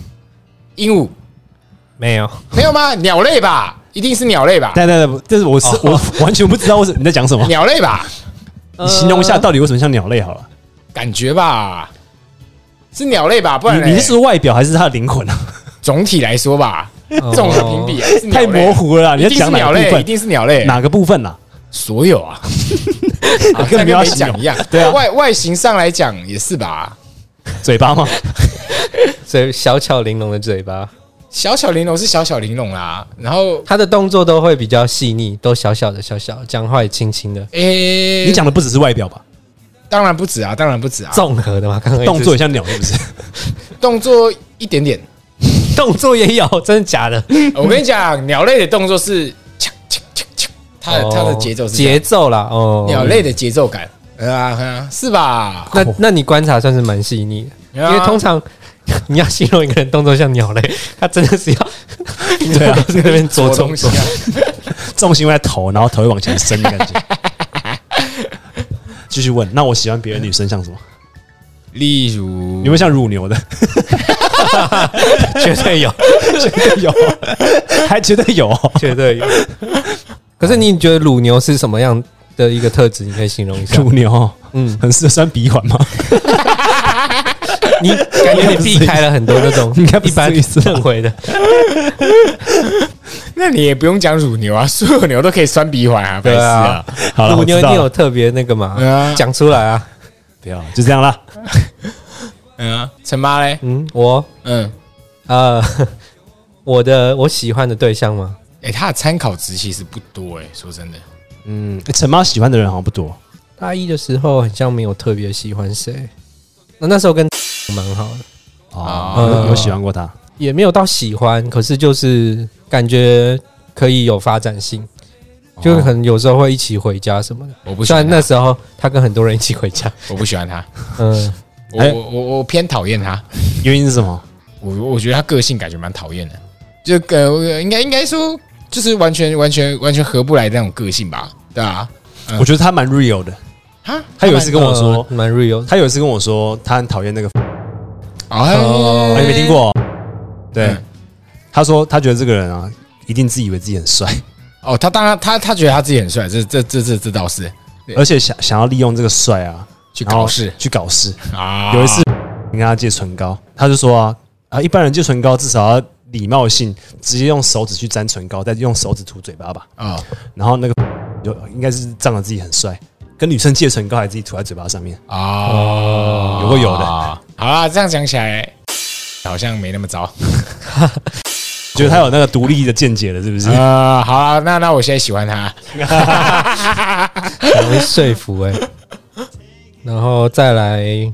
[SPEAKER 2] 鹦鹉
[SPEAKER 1] 没有，
[SPEAKER 2] 没有吗？鸟类吧，一定是鸟类吧，
[SPEAKER 3] 对对对，但是我是我哦完全不知道为什么你在讲什么。
[SPEAKER 2] 鸟类吧，
[SPEAKER 3] 你形容一下到底为什么像鸟类好了？
[SPEAKER 2] 感觉吧，是鸟类吧，不然
[SPEAKER 3] 你你
[SPEAKER 2] 嘞
[SPEAKER 3] 是说外表还是它的灵魂啊？
[SPEAKER 2] 总体来说吧，综合评比啊是鸟
[SPEAKER 3] 哦太
[SPEAKER 2] 类
[SPEAKER 3] 模，糊了啦，你
[SPEAKER 2] 一
[SPEAKER 3] 要
[SPEAKER 2] 定是
[SPEAKER 3] 讲哪
[SPEAKER 2] 鸟
[SPEAKER 3] 个部
[SPEAKER 2] 类，一
[SPEAKER 3] 分？
[SPEAKER 2] 定是鸟类，
[SPEAKER 3] 哪个部分啦？
[SPEAKER 2] 所有啊，啊
[SPEAKER 3] 根本没有
[SPEAKER 2] 跟没
[SPEAKER 3] 形容
[SPEAKER 2] 讲一样，
[SPEAKER 3] 对啊
[SPEAKER 2] 外外形上来讲也是吧，
[SPEAKER 3] 嘴巴吗？
[SPEAKER 1] 所以小巧玲珑的嘴巴，
[SPEAKER 2] 小巧玲珑是小巧玲珑啦，然后
[SPEAKER 1] 他的动作都会比较细腻，都小小的小小的，讲话也轻轻的，
[SPEAKER 2] 诶，
[SPEAKER 3] 你讲的不只是外表吧？
[SPEAKER 2] 当然不止啊，当然不止啊，
[SPEAKER 1] 综合的嘛，刚刚也是
[SPEAKER 3] 动作也像鸟，是不是？
[SPEAKER 2] 动作一点 点，
[SPEAKER 1] 动作也有，真的假的？
[SPEAKER 2] 我跟你讲，鸟类的动作是锵锵锵锵，它
[SPEAKER 3] 哎
[SPEAKER 2] 的它的节奏是这样
[SPEAKER 1] 节奏啦，哦，
[SPEAKER 2] 鸟类的节奏感，呃啊，啊是吧？
[SPEAKER 1] 那那你观察算是蛮细腻的，
[SPEAKER 2] 对啊
[SPEAKER 1] 因为通常 你要形容一个人动作像鸟类， 他真的是要
[SPEAKER 3] 对 啊，
[SPEAKER 1] 在那边左
[SPEAKER 2] 啄
[SPEAKER 1] 中
[SPEAKER 2] 东西
[SPEAKER 1] 左
[SPEAKER 2] 啊，
[SPEAKER 3] 重心会在头，然后头会往前伸的感觉。 继续问，那我喜欢别的女生像什么？
[SPEAKER 2] 例如
[SPEAKER 3] 有没有像乳牛的？
[SPEAKER 1] 绝对有，
[SPEAKER 3] 绝对有，还绝对有。哦
[SPEAKER 1] 绝对 有。可是你觉得乳牛是什么样的一个特质？你可以形容一下。
[SPEAKER 3] 乳牛
[SPEAKER 1] 嗯，
[SPEAKER 3] 很适合穿鼻环吗？
[SPEAKER 1] 你感觉你避开了很多那种
[SPEAKER 3] 应该不
[SPEAKER 1] 一
[SPEAKER 3] 是这
[SPEAKER 1] 般
[SPEAKER 3] 个意思吧
[SPEAKER 1] 认为的，
[SPEAKER 2] 那你也不用讲乳牛啊， 所有牛都可以拴鼻环啊，白痴啊！
[SPEAKER 3] 好了，
[SPEAKER 1] 乳
[SPEAKER 3] 我
[SPEAKER 1] 牛
[SPEAKER 3] 知
[SPEAKER 1] 你
[SPEAKER 3] 道
[SPEAKER 1] 有
[SPEAKER 3] 了，
[SPEAKER 1] 特别那个嘛
[SPEAKER 2] 对啊？
[SPEAKER 1] 讲出来啊。
[SPEAKER 3] 不要就这样啦。
[SPEAKER 2] 嗯啊，陈妈嘞，
[SPEAKER 1] 嗯，我
[SPEAKER 2] 嗯，
[SPEAKER 1] 呃， 我的我喜欢的对象吗？
[SPEAKER 2] 哎，他的参考值其实不多哎，说真的，
[SPEAKER 3] 嗯，诶陈妈喜欢的人好像不多。
[SPEAKER 1] 大一的时候好像没有特别喜欢谁，那那时候跟 蛮好的。
[SPEAKER 3] 哦
[SPEAKER 1] 嗯，
[SPEAKER 3] 有喜欢过他？
[SPEAKER 1] 也没有到喜欢，可是就是感觉可以有发展性，
[SPEAKER 3] 哦
[SPEAKER 1] 就是可能有时候会一起回家什么的。
[SPEAKER 2] 我不喜
[SPEAKER 1] 虽然
[SPEAKER 2] 欢他
[SPEAKER 3] 啊
[SPEAKER 1] 那，时候他跟很多人一起回 家，
[SPEAKER 2] 我不喜欢他，
[SPEAKER 1] 嗯，
[SPEAKER 2] 我我我我偏讨厌他，
[SPEAKER 3] 原因是什么？
[SPEAKER 2] 我我觉得他个性感觉蛮讨厌的，就呃，应该应该说就是完全完全完全合不来的那种个性吧，对啊，嗯
[SPEAKER 3] 我觉得他蛮 real 的。
[SPEAKER 2] 哈，
[SPEAKER 3] 他有一次跟我
[SPEAKER 1] 呃
[SPEAKER 3] 说，
[SPEAKER 1] 蛮 real，的
[SPEAKER 3] 他有一次跟我说，他很讨厌那个，
[SPEAKER 2] 哎
[SPEAKER 1] 哦
[SPEAKER 3] 啊你没听？过哦？对
[SPEAKER 2] 嗯，
[SPEAKER 3] 他说他觉得这个人啊，一定自以为自己很帅，
[SPEAKER 2] 哦，他当然，他他觉得他自己很帅，这这这这这倒是对
[SPEAKER 3] 而且想想要利用这个帅啊
[SPEAKER 2] 去
[SPEAKER 3] 然后
[SPEAKER 2] 搞事
[SPEAKER 3] 去搞事。
[SPEAKER 2] 啊。
[SPEAKER 3] 有一次你跟他借唇膏，他就说啊啊，一般人借唇膏至少要礼貌性，直接用手指去沾唇膏，再用手指涂嘴巴吧。
[SPEAKER 2] 啊，
[SPEAKER 3] 然后那个就应该是仗着自己很帅，跟女生借唇膏还自己涂在嘴巴上面，
[SPEAKER 2] 哦，
[SPEAKER 3] 有会有的
[SPEAKER 2] 好啦，这样讲起来好像没那么糟
[SPEAKER 3] 觉得他有那个独立的见解了，是不是？
[SPEAKER 2] 啊。好啦，那那我现在喜欢他，
[SPEAKER 1] 很容易说服哎、然后再来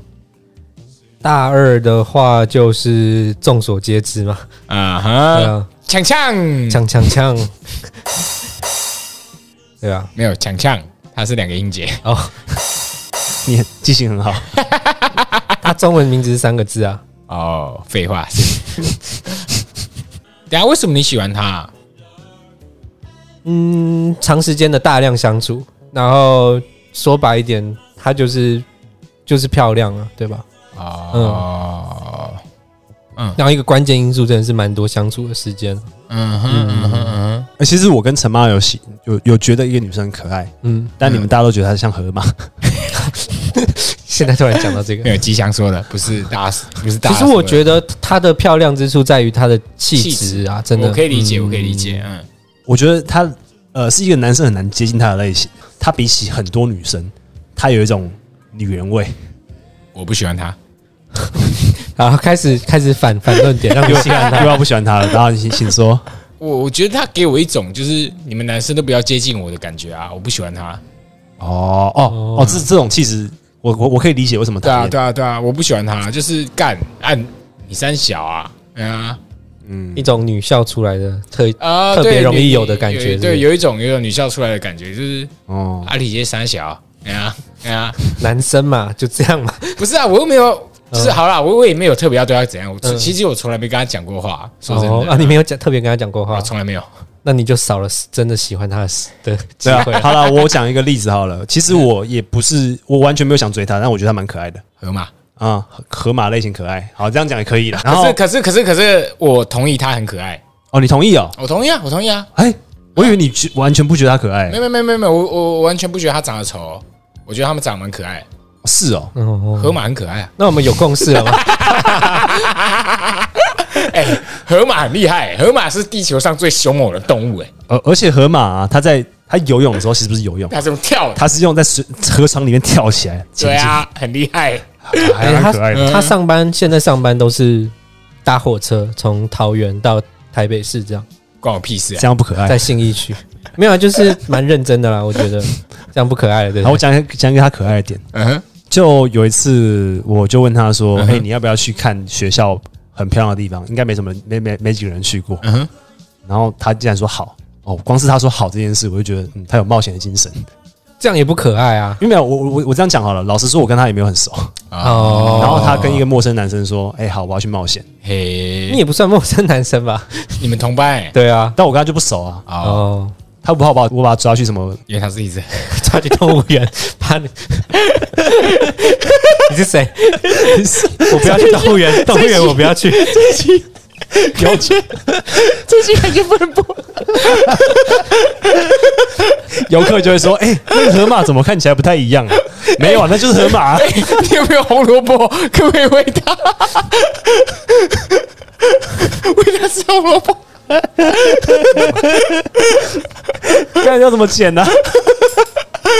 [SPEAKER 1] 大二的话，就是众所皆知嘛，
[SPEAKER 2] 啊
[SPEAKER 1] 对
[SPEAKER 2] 哈，
[SPEAKER 3] 呃
[SPEAKER 1] 啊，
[SPEAKER 2] 抢抢
[SPEAKER 1] 呛呛呛， 对啊吧？
[SPEAKER 2] 没有抢抢，它是两个音节。
[SPEAKER 1] 哦，
[SPEAKER 3] 你记性很好，
[SPEAKER 1] 它啊中文名字是三个字啊，
[SPEAKER 2] 哦，废话。是 等一下为什么你喜欢它啊？
[SPEAKER 1] 嗯，长时间的大量相处，然后说白一点，它就是就是漂亮啊，对吧？
[SPEAKER 2] 哦，
[SPEAKER 1] 然后一个关键因素真的是蛮多相处的时间，啊
[SPEAKER 2] 嗯哼嗯哼嗯
[SPEAKER 3] 呃其实我跟陈妈有喜有有觉得一个女生很可爱，
[SPEAKER 1] 嗯，
[SPEAKER 3] 但你们大家都觉得她像河马，
[SPEAKER 1] 现在突然讲到这
[SPEAKER 2] 哼，
[SPEAKER 1] 个
[SPEAKER 2] 没，有吉祥说的，不是大，不是 大。
[SPEAKER 1] 其实我觉得她的漂亮之处在于她的气
[SPEAKER 2] 气
[SPEAKER 1] 质啊，真的，
[SPEAKER 2] 我可以理解，
[SPEAKER 1] 嗯
[SPEAKER 2] 我可以理解。嗯，
[SPEAKER 3] 我觉得她呃是一个男生很难接近她的类型，她比起很多女生，她有一种女人味，
[SPEAKER 2] 我不喜欢它。
[SPEAKER 1] 然后啊开始开始反反论点，让你
[SPEAKER 3] 又
[SPEAKER 1] 喜欢
[SPEAKER 3] 又
[SPEAKER 1] 她。
[SPEAKER 3] 要不喜欢她了，然后请请说，
[SPEAKER 2] 我我觉得它给我一种就是你们男生都不要接近我的感觉啊，我不喜欢它。
[SPEAKER 3] 哦哦哦，这这种气质，我我我可以理解为什么
[SPEAKER 2] 对
[SPEAKER 3] 讨
[SPEAKER 2] 啊，
[SPEAKER 3] 厌，
[SPEAKER 2] 对啊，对啊，我不喜欢它，就是干按你三小啊，对啊，
[SPEAKER 3] 嗯
[SPEAKER 1] 一，种女校出来的特
[SPEAKER 2] 啊，
[SPEAKER 1] 特别
[SPEAKER 2] 对
[SPEAKER 1] 容易
[SPEAKER 2] 你
[SPEAKER 1] 有的感觉是不是
[SPEAKER 2] 对，有一种有一种女校出来的感觉，就是
[SPEAKER 3] 哦，
[SPEAKER 2] 阿里街三小，对啊，对啊，
[SPEAKER 1] 男生嘛，就这样嘛。
[SPEAKER 2] 不是啊，我又没有，就是
[SPEAKER 1] 嗯
[SPEAKER 2] 好啦，我我也没有特别要对她怎样，我
[SPEAKER 1] 嗯
[SPEAKER 2] 其实我从来没跟她讲过话，说真
[SPEAKER 1] 哦，
[SPEAKER 2] 的
[SPEAKER 1] 啊，哦你没有讲特别跟他讲过话
[SPEAKER 2] 啊，，从来没有，
[SPEAKER 1] 那你就少了真的喜欢他的 的机
[SPEAKER 3] 对啊
[SPEAKER 1] 会。，
[SPEAKER 3] 好了，我讲一个例子好了。其实我也不是，我完全没有想追她，但我觉得她蛮可爱的
[SPEAKER 2] 河马。
[SPEAKER 3] 啊，河河马类型可爱。好，这样讲也可以了。然
[SPEAKER 2] 啊可
[SPEAKER 3] 后
[SPEAKER 2] 是可是可是可是，我同意她很可爱，
[SPEAKER 3] 哦，你同意哦？
[SPEAKER 2] 我同意啊，我同意啊，
[SPEAKER 3] 哎，我以为你觉完全不觉得她可爱
[SPEAKER 2] 没，有没有没有没有，我我我完全不觉得她长得丑哦，我觉得他们长得蛮可爱，
[SPEAKER 3] 是哦。
[SPEAKER 1] 嗯哦，
[SPEAKER 2] 河马很可爱啊，
[SPEAKER 1] 那我们有共识了 吗？
[SPEAKER 2] 哎，河马很厉害，河马是地球上最凶猛的动物，哎，
[SPEAKER 3] 而呃而且河马啊，它在它游泳的时候，其实不是游泳，
[SPEAKER 2] 它怎么跳的？
[SPEAKER 3] 它是用在水河床里面跳起来。
[SPEAKER 2] 对啊，很厉害，
[SPEAKER 3] 前进，
[SPEAKER 1] 哎
[SPEAKER 3] 还哎蛮可爱的。
[SPEAKER 1] 啊他嗯上班现在上班都是搭火车从桃园到台北市，这样
[SPEAKER 2] 关我屁事啊
[SPEAKER 3] 这！样不可爱。
[SPEAKER 1] 在信义区。没有啊，就是蛮认真的啦，我觉 得这样不可爱了，对
[SPEAKER 3] 然
[SPEAKER 1] 不对
[SPEAKER 3] 后我讲一个讲一个她可爱的点，
[SPEAKER 2] 嗯哼，
[SPEAKER 3] 就有一次我就问她说：“
[SPEAKER 2] 嗯哼
[SPEAKER 3] 哎，你要不要去看学校很漂亮的地方？应该没什么，没没没几个人去过。”
[SPEAKER 2] 嗯哼，
[SPEAKER 3] 然后他竟然说好哦，光是他说好这件事，我就觉得嗯，他有冒险的精神。
[SPEAKER 1] 这样也不可爱啊。
[SPEAKER 3] 因为没有我我我我这样讲好了，老实说，我跟他也没有很熟。
[SPEAKER 1] 哦
[SPEAKER 3] 然后他跟一个陌生男生说：“哎、好，我要去冒险。
[SPEAKER 1] 你
[SPEAKER 2] 嘿，
[SPEAKER 1] 也不算陌生男生吧？
[SPEAKER 2] 你们同班哎，
[SPEAKER 1] 对啊”，
[SPEAKER 3] 但我跟他就不熟啊，
[SPEAKER 2] 哦，
[SPEAKER 1] 哦，
[SPEAKER 3] 他不好把我我把他抓去什么？
[SPEAKER 2] 因为他是一只，
[SPEAKER 1] 抓去动物园，怕你， 你是谁？我不要去动物 园，动物园我不要去。
[SPEAKER 2] 感觉最近感觉不能播，
[SPEAKER 3] 游客就会说：“哎、那个河马怎么看起来不太一 样啊？”没有啊，那就是河马、
[SPEAKER 1] 哎
[SPEAKER 2] 你有没有红萝卜？可不可以喂它？喂它吃红萝卜。
[SPEAKER 3] 看要怎么剪呢、啊？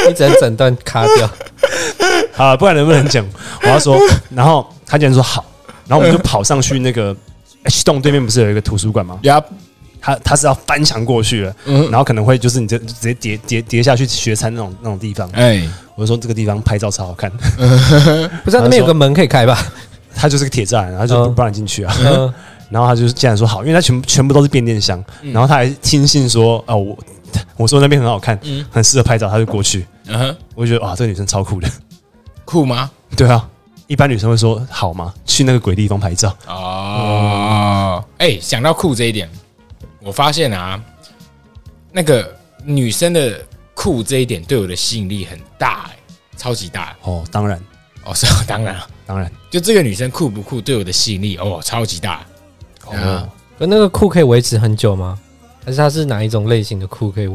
[SPEAKER 1] 你只能整段卡掉。
[SPEAKER 3] 好了，不然能不能讲？我要说，然后他竟然说好，然后我们就跑上去那个 H 栋对面，不是有一个图书馆吗？
[SPEAKER 2] 呀，
[SPEAKER 3] 他他是要翻墙过去了，
[SPEAKER 1] 嗯
[SPEAKER 3] 然后可能会就是你就直接跌跌跌下去学餐那种那种地方。
[SPEAKER 2] 哎，
[SPEAKER 3] 我就说这个地方拍照超好看，
[SPEAKER 1] 不是啊那边有个门可以开吧？
[SPEAKER 3] 他就是个铁栅栏，他就
[SPEAKER 1] 嗯
[SPEAKER 3] 不不让你进去啊。
[SPEAKER 1] 嗯，
[SPEAKER 3] 然后他就是竟然说好，因为他全部全部都是变电箱，然后他还听信说啊我我说那边很好看，
[SPEAKER 1] 嗯
[SPEAKER 3] 很适合拍照，他就过去。
[SPEAKER 2] 嗯哼，
[SPEAKER 3] 我就觉得哇，这个女生超酷的。
[SPEAKER 2] 酷吗？
[SPEAKER 3] 对啊，一般女生会说好吗？去那个鬼地方拍照，
[SPEAKER 2] 哦，哎，想到酷这一点，我发现啊，那个女生的酷这一点对我的吸引力很大，哎，超级大。
[SPEAKER 3] 哦，当然
[SPEAKER 2] 哦，是当然了，
[SPEAKER 3] 当然
[SPEAKER 2] 就这个女生酷不酷对我的吸引力哦，超级大。
[SPEAKER 3] 哦
[SPEAKER 2] 哦，
[SPEAKER 1] 可那个裤可以维持很久吗？还是它是哪一种类型的裤可以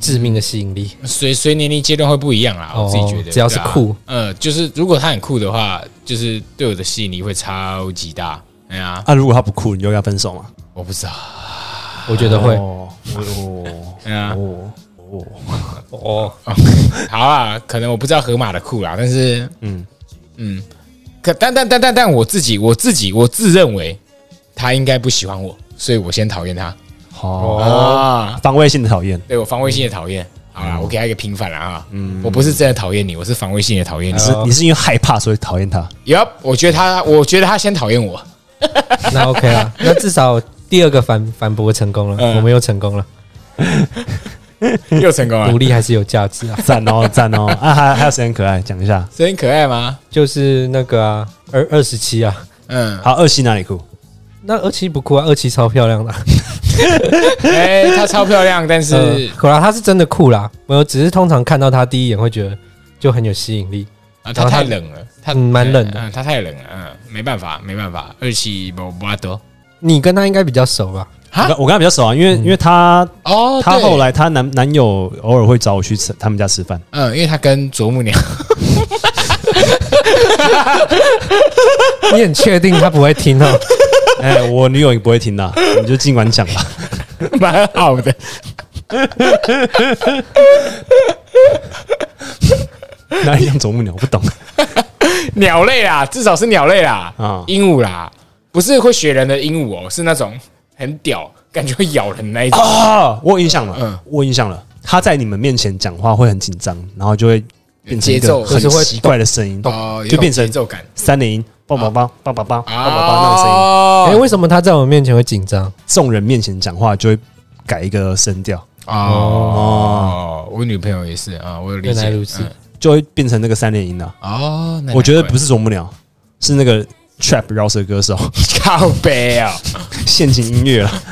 [SPEAKER 1] 致命的吸引力？
[SPEAKER 2] 随随年龄阶段会不一样啦，
[SPEAKER 1] 哦
[SPEAKER 2] 我自己觉得，
[SPEAKER 1] 只要是酷
[SPEAKER 2] 对啊，呃，就是如果他很酷的话，就是对我的吸引力会超级大。哎呀，
[SPEAKER 3] 啊，如果他不酷，你就跟他分手吗？
[SPEAKER 2] 我不知道，
[SPEAKER 1] 我觉得会
[SPEAKER 3] 哦哦
[SPEAKER 2] 哎呀，
[SPEAKER 3] 哦哦，
[SPEAKER 1] 哦，
[SPEAKER 2] 好啊，可能我不知道河马的酷啦，但是
[SPEAKER 3] 嗯。
[SPEAKER 2] 嗯，可但但但但但我自己我自己我自认为他应该不喜欢我，所以我先讨厌他
[SPEAKER 1] 哦
[SPEAKER 3] 好，
[SPEAKER 2] 啊，
[SPEAKER 3] 防卫性的讨厌，
[SPEAKER 2] 对我防卫性的讨厌。好
[SPEAKER 1] 嗯
[SPEAKER 2] 啦，我给他一个平反了啊，嗯，我不是真的讨厌你，我是防卫性的讨厌你
[SPEAKER 3] 你。是
[SPEAKER 1] 哦
[SPEAKER 3] 你是因为害怕所以讨厌他。
[SPEAKER 2] y 我觉得他，我觉得他先讨厌我。
[SPEAKER 1] 那 OK 啊，那至少第二个反反驳成功了，
[SPEAKER 2] 嗯
[SPEAKER 1] 我们又成功了，
[SPEAKER 2] 又成功了
[SPEAKER 1] 努，力还是有价值啊。
[SPEAKER 3] 赞 哦赞哦啊！还还有谁很可爱？讲一下。
[SPEAKER 2] 声音可爱吗？
[SPEAKER 1] 就是那个啊，二二十七啊，
[SPEAKER 2] 嗯，
[SPEAKER 3] 好，二期哪里酷？
[SPEAKER 1] 那二七不酷啊，二七超漂亮的啊，嗯
[SPEAKER 2] 哎、她超漂亮，但是、
[SPEAKER 1] 呃可啦，她是真的酷啦。我只是通常看到她第一眼会觉得就很有吸引力，
[SPEAKER 2] 啊，她太冷了，她
[SPEAKER 1] 嗯蛮冷的
[SPEAKER 2] 嗯，她太冷了，嗯，没办法，没办法，二期不不多
[SPEAKER 1] 你跟她应该比较熟吧？
[SPEAKER 2] 啊
[SPEAKER 3] 我跟我跟他比较熟啊，因为因为他
[SPEAKER 2] 哦，
[SPEAKER 3] 他
[SPEAKER 2] 对
[SPEAKER 3] 后来她男男友偶尔会找我去吃他们家吃 饭，
[SPEAKER 2] 嗯，因为她跟啄木鸟，
[SPEAKER 1] 你很确定她不会听哦？
[SPEAKER 3] 哎，我女友也不会听的，你就尽管讲吧。
[SPEAKER 2] 蛮好的。
[SPEAKER 3] 哪里养啄木鸟？我不懂
[SPEAKER 2] 鸟类啦，至少是鸟类啦，
[SPEAKER 3] 啊
[SPEAKER 2] 鹦鹉啦，不是会学人的鹦鹉哦，是那种很屌，感觉会咬人那一种。
[SPEAKER 3] 啊！我有印象了，
[SPEAKER 2] 嗯
[SPEAKER 3] 我有印象了。他在你们面前讲话会很紧张，然后就会变成一
[SPEAKER 2] 节奏
[SPEAKER 3] 个很
[SPEAKER 1] 就是会
[SPEAKER 3] 奇怪的声音，
[SPEAKER 2] 哦，
[SPEAKER 3] 就变成
[SPEAKER 2] 有种节奏啊感
[SPEAKER 3] 三连音，叭叭叭叭叭叭叭叭叭那种声音。
[SPEAKER 1] 哎、
[SPEAKER 2] 哦
[SPEAKER 1] 为什么她在我面前会紧张？
[SPEAKER 3] 众人面前讲话就会改一个声调，
[SPEAKER 2] 哦，我女朋友也是啊，我有理
[SPEAKER 1] 原来
[SPEAKER 2] 解
[SPEAKER 1] 如此，
[SPEAKER 2] 嗯
[SPEAKER 3] 就会变成那个三连音了。啊
[SPEAKER 2] 哦，那
[SPEAKER 3] 我觉得
[SPEAKER 2] 难
[SPEAKER 3] 不
[SPEAKER 2] 怪
[SPEAKER 3] 是啄木鸟，是那个 trap 饶舌 歌手
[SPEAKER 2] 靠背哦。
[SPEAKER 3] 陷阱音乐了。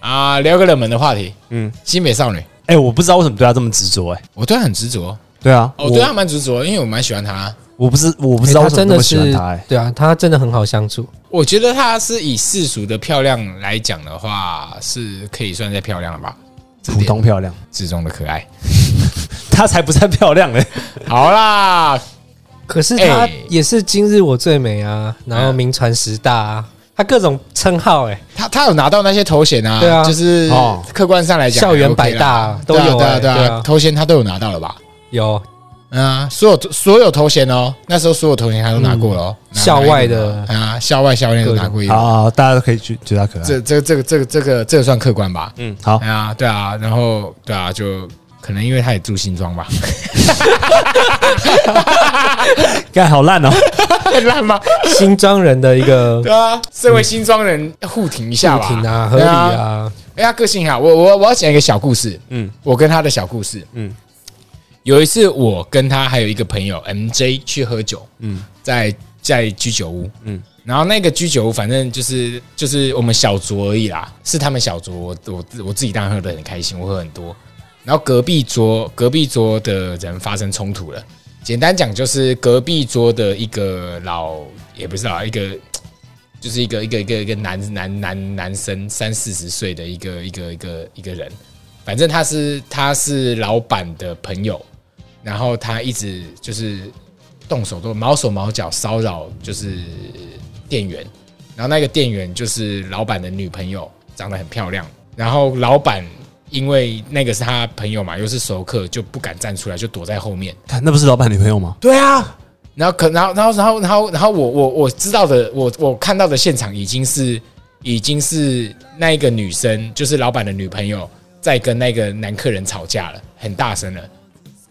[SPEAKER 2] 啊，聊个冷门的话题，
[SPEAKER 3] 嗯，
[SPEAKER 2] 新美少女，
[SPEAKER 3] 哎，我不知道为什么对他这么执着，哎，
[SPEAKER 2] 我对她很执着，
[SPEAKER 3] 对啊，
[SPEAKER 2] 哦我对
[SPEAKER 3] 我
[SPEAKER 2] 她蛮执着，因为我蛮喜欢她。
[SPEAKER 3] 我不是我不知道
[SPEAKER 1] 欸
[SPEAKER 3] 为
[SPEAKER 1] 她
[SPEAKER 3] 什么
[SPEAKER 1] 真
[SPEAKER 3] 那
[SPEAKER 1] 的
[SPEAKER 3] 么喜欢
[SPEAKER 1] 是
[SPEAKER 3] 他，哎，
[SPEAKER 1] 对啊，她真的很好相处。
[SPEAKER 2] 我觉得她是以世俗的漂亮来讲的话，是可以算在漂亮了吧，
[SPEAKER 3] 普通漂亮，
[SPEAKER 2] 之中的可爱。
[SPEAKER 3] 她才不算漂亮嘞。
[SPEAKER 2] 好啦，
[SPEAKER 1] 可是
[SPEAKER 3] 哎
[SPEAKER 1] 她
[SPEAKER 2] 欸
[SPEAKER 1] 也是今日我最美啊，然
[SPEAKER 3] 嗯
[SPEAKER 1] 后名传十大啊，她各种称号哎、
[SPEAKER 2] 他他有拿到那些头衔啊，
[SPEAKER 1] 对啊
[SPEAKER 2] 就是
[SPEAKER 3] 哦
[SPEAKER 2] 客观上来讲，
[SPEAKER 1] 校园
[SPEAKER 2] OK
[SPEAKER 1] 百大
[SPEAKER 2] 啦
[SPEAKER 1] 都有
[SPEAKER 2] 对啊
[SPEAKER 1] 欸
[SPEAKER 2] 对啊，
[SPEAKER 1] 对
[SPEAKER 2] 对
[SPEAKER 1] 啊
[SPEAKER 2] 啊，头衔他都有拿到了吧？
[SPEAKER 1] 有
[SPEAKER 2] 嗯啊，所有所有头衔哦，那时候所有头衔他都拿过了哦，拿
[SPEAKER 1] 嗯校外的
[SPEAKER 2] 拿一个啊，校外校内都拿过一个，
[SPEAKER 3] 好好，大家都可以去觉得她可爱。
[SPEAKER 2] 这这这个这个这个这个算客观吧？
[SPEAKER 3] 嗯，好，
[SPEAKER 2] 啊，对啊，然后对啊，就可能因为他也住新庄吧，
[SPEAKER 3] 干好 烂哦。
[SPEAKER 2] 很烂吗？
[SPEAKER 1] 新庄人的一 个
[SPEAKER 2] 对啊，身为新庄人，互挺一下
[SPEAKER 1] 家
[SPEAKER 2] 吧，
[SPEAKER 1] 庭啊，合理
[SPEAKER 2] 对
[SPEAKER 1] 啊，
[SPEAKER 2] 哎、他个性好，我我我要讲一个小故事，
[SPEAKER 3] 嗯
[SPEAKER 2] 嗯，我跟他的小故事，
[SPEAKER 3] 嗯
[SPEAKER 2] 嗯，有一次我跟他还有一个朋友 MJ 去喝酒，
[SPEAKER 3] 嗯
[SPEAKER 2] 嗯，在在居酒屋，
[SPEAKER 3] 嗯
[SPEAKER 2] 嗯，然后那个居酒屋反正就是就是我们小酌而已啦，是他们小酌，我我自我自己当然喝的很开心，我喝很多，然后隔壁桌隔壁桌的人发生冲突了，简单讲就是隔壁桌的一个老也不是老一个就是一个一个一个一个男男男男生三四十岁的一个一个一个一个人，反正他是他是老板的朋友，然后他一直就是动手动毛手毛脚骚扰就是店员，然后那个店员就是老板的女朋友，长得很漂亮，然后老板因为那个是他朋友嘛，又是熟客，就不敢站出来，就躲在后面。
[SPEAKER 3] 看那不是老板女朋友吗？
[SPEAKER 2] 对啊，然后可然后然后然后然后然后我我我知道的，我我看到的现场已经是已经是那一个女生，就是老板的女朋友在跟那个男客人吵架了，很大声了。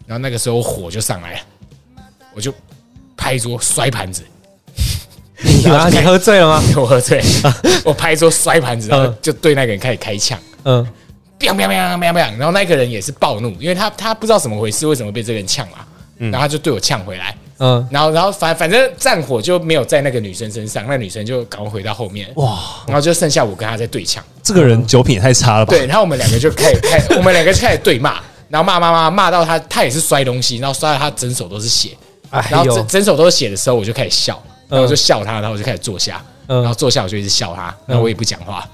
[SPEAKER 2] 然后那个时候火就上来了，我就拍桌摔盘子，
[SPEAKER 1] 你 啊，你喝醉了吗？
[SPEAKER 2] 我喝醉，我拍桌摔盘子，然后
[SPEAKER 1] 嗯
[SPEAKER 2] 就对那个人开始开枪。
[SPEAKER 1] 嗯，
[SPEAKER 2] biang biang biang biang biang，然后那个人也是暴怒，因为他他不知道怎么回事，为什么被这个人呛嘛，然后他就对我呛回来，
[SPEAKER 1] 嗯
[SPEAKER 2] 然后然后反反正战火就没有在那个女生身上，那女生就赶快回到后面，
[SPEAKER 3] 哇，
[SPEAKER 2] 然后就剩下我跟她在对呛，
[SPEAKER 3] 这个人酒品也太差了吧？
[SPEAKER 2] 对，然后我们两个就开始开， 我们两个就开始对骂，然后骂骂骂骂到她，她也是摔东西，然后摔到她整手都是血，然
[SPEAKER 1] 哎
[SPEAKER 2] 后
[SPEAKER 1] 呦
[SPEAKER 2] 整，整手都是血的时候，我就开始笑，然后我就
[SPEAKER 1] 嗯
[SPEAKER 2] 笑她，然后我就开始坐下，
[SPEAKER 1] 嗯
[SPEAKER 2] 然后坐下我就一直笑她，然后我也不讲话，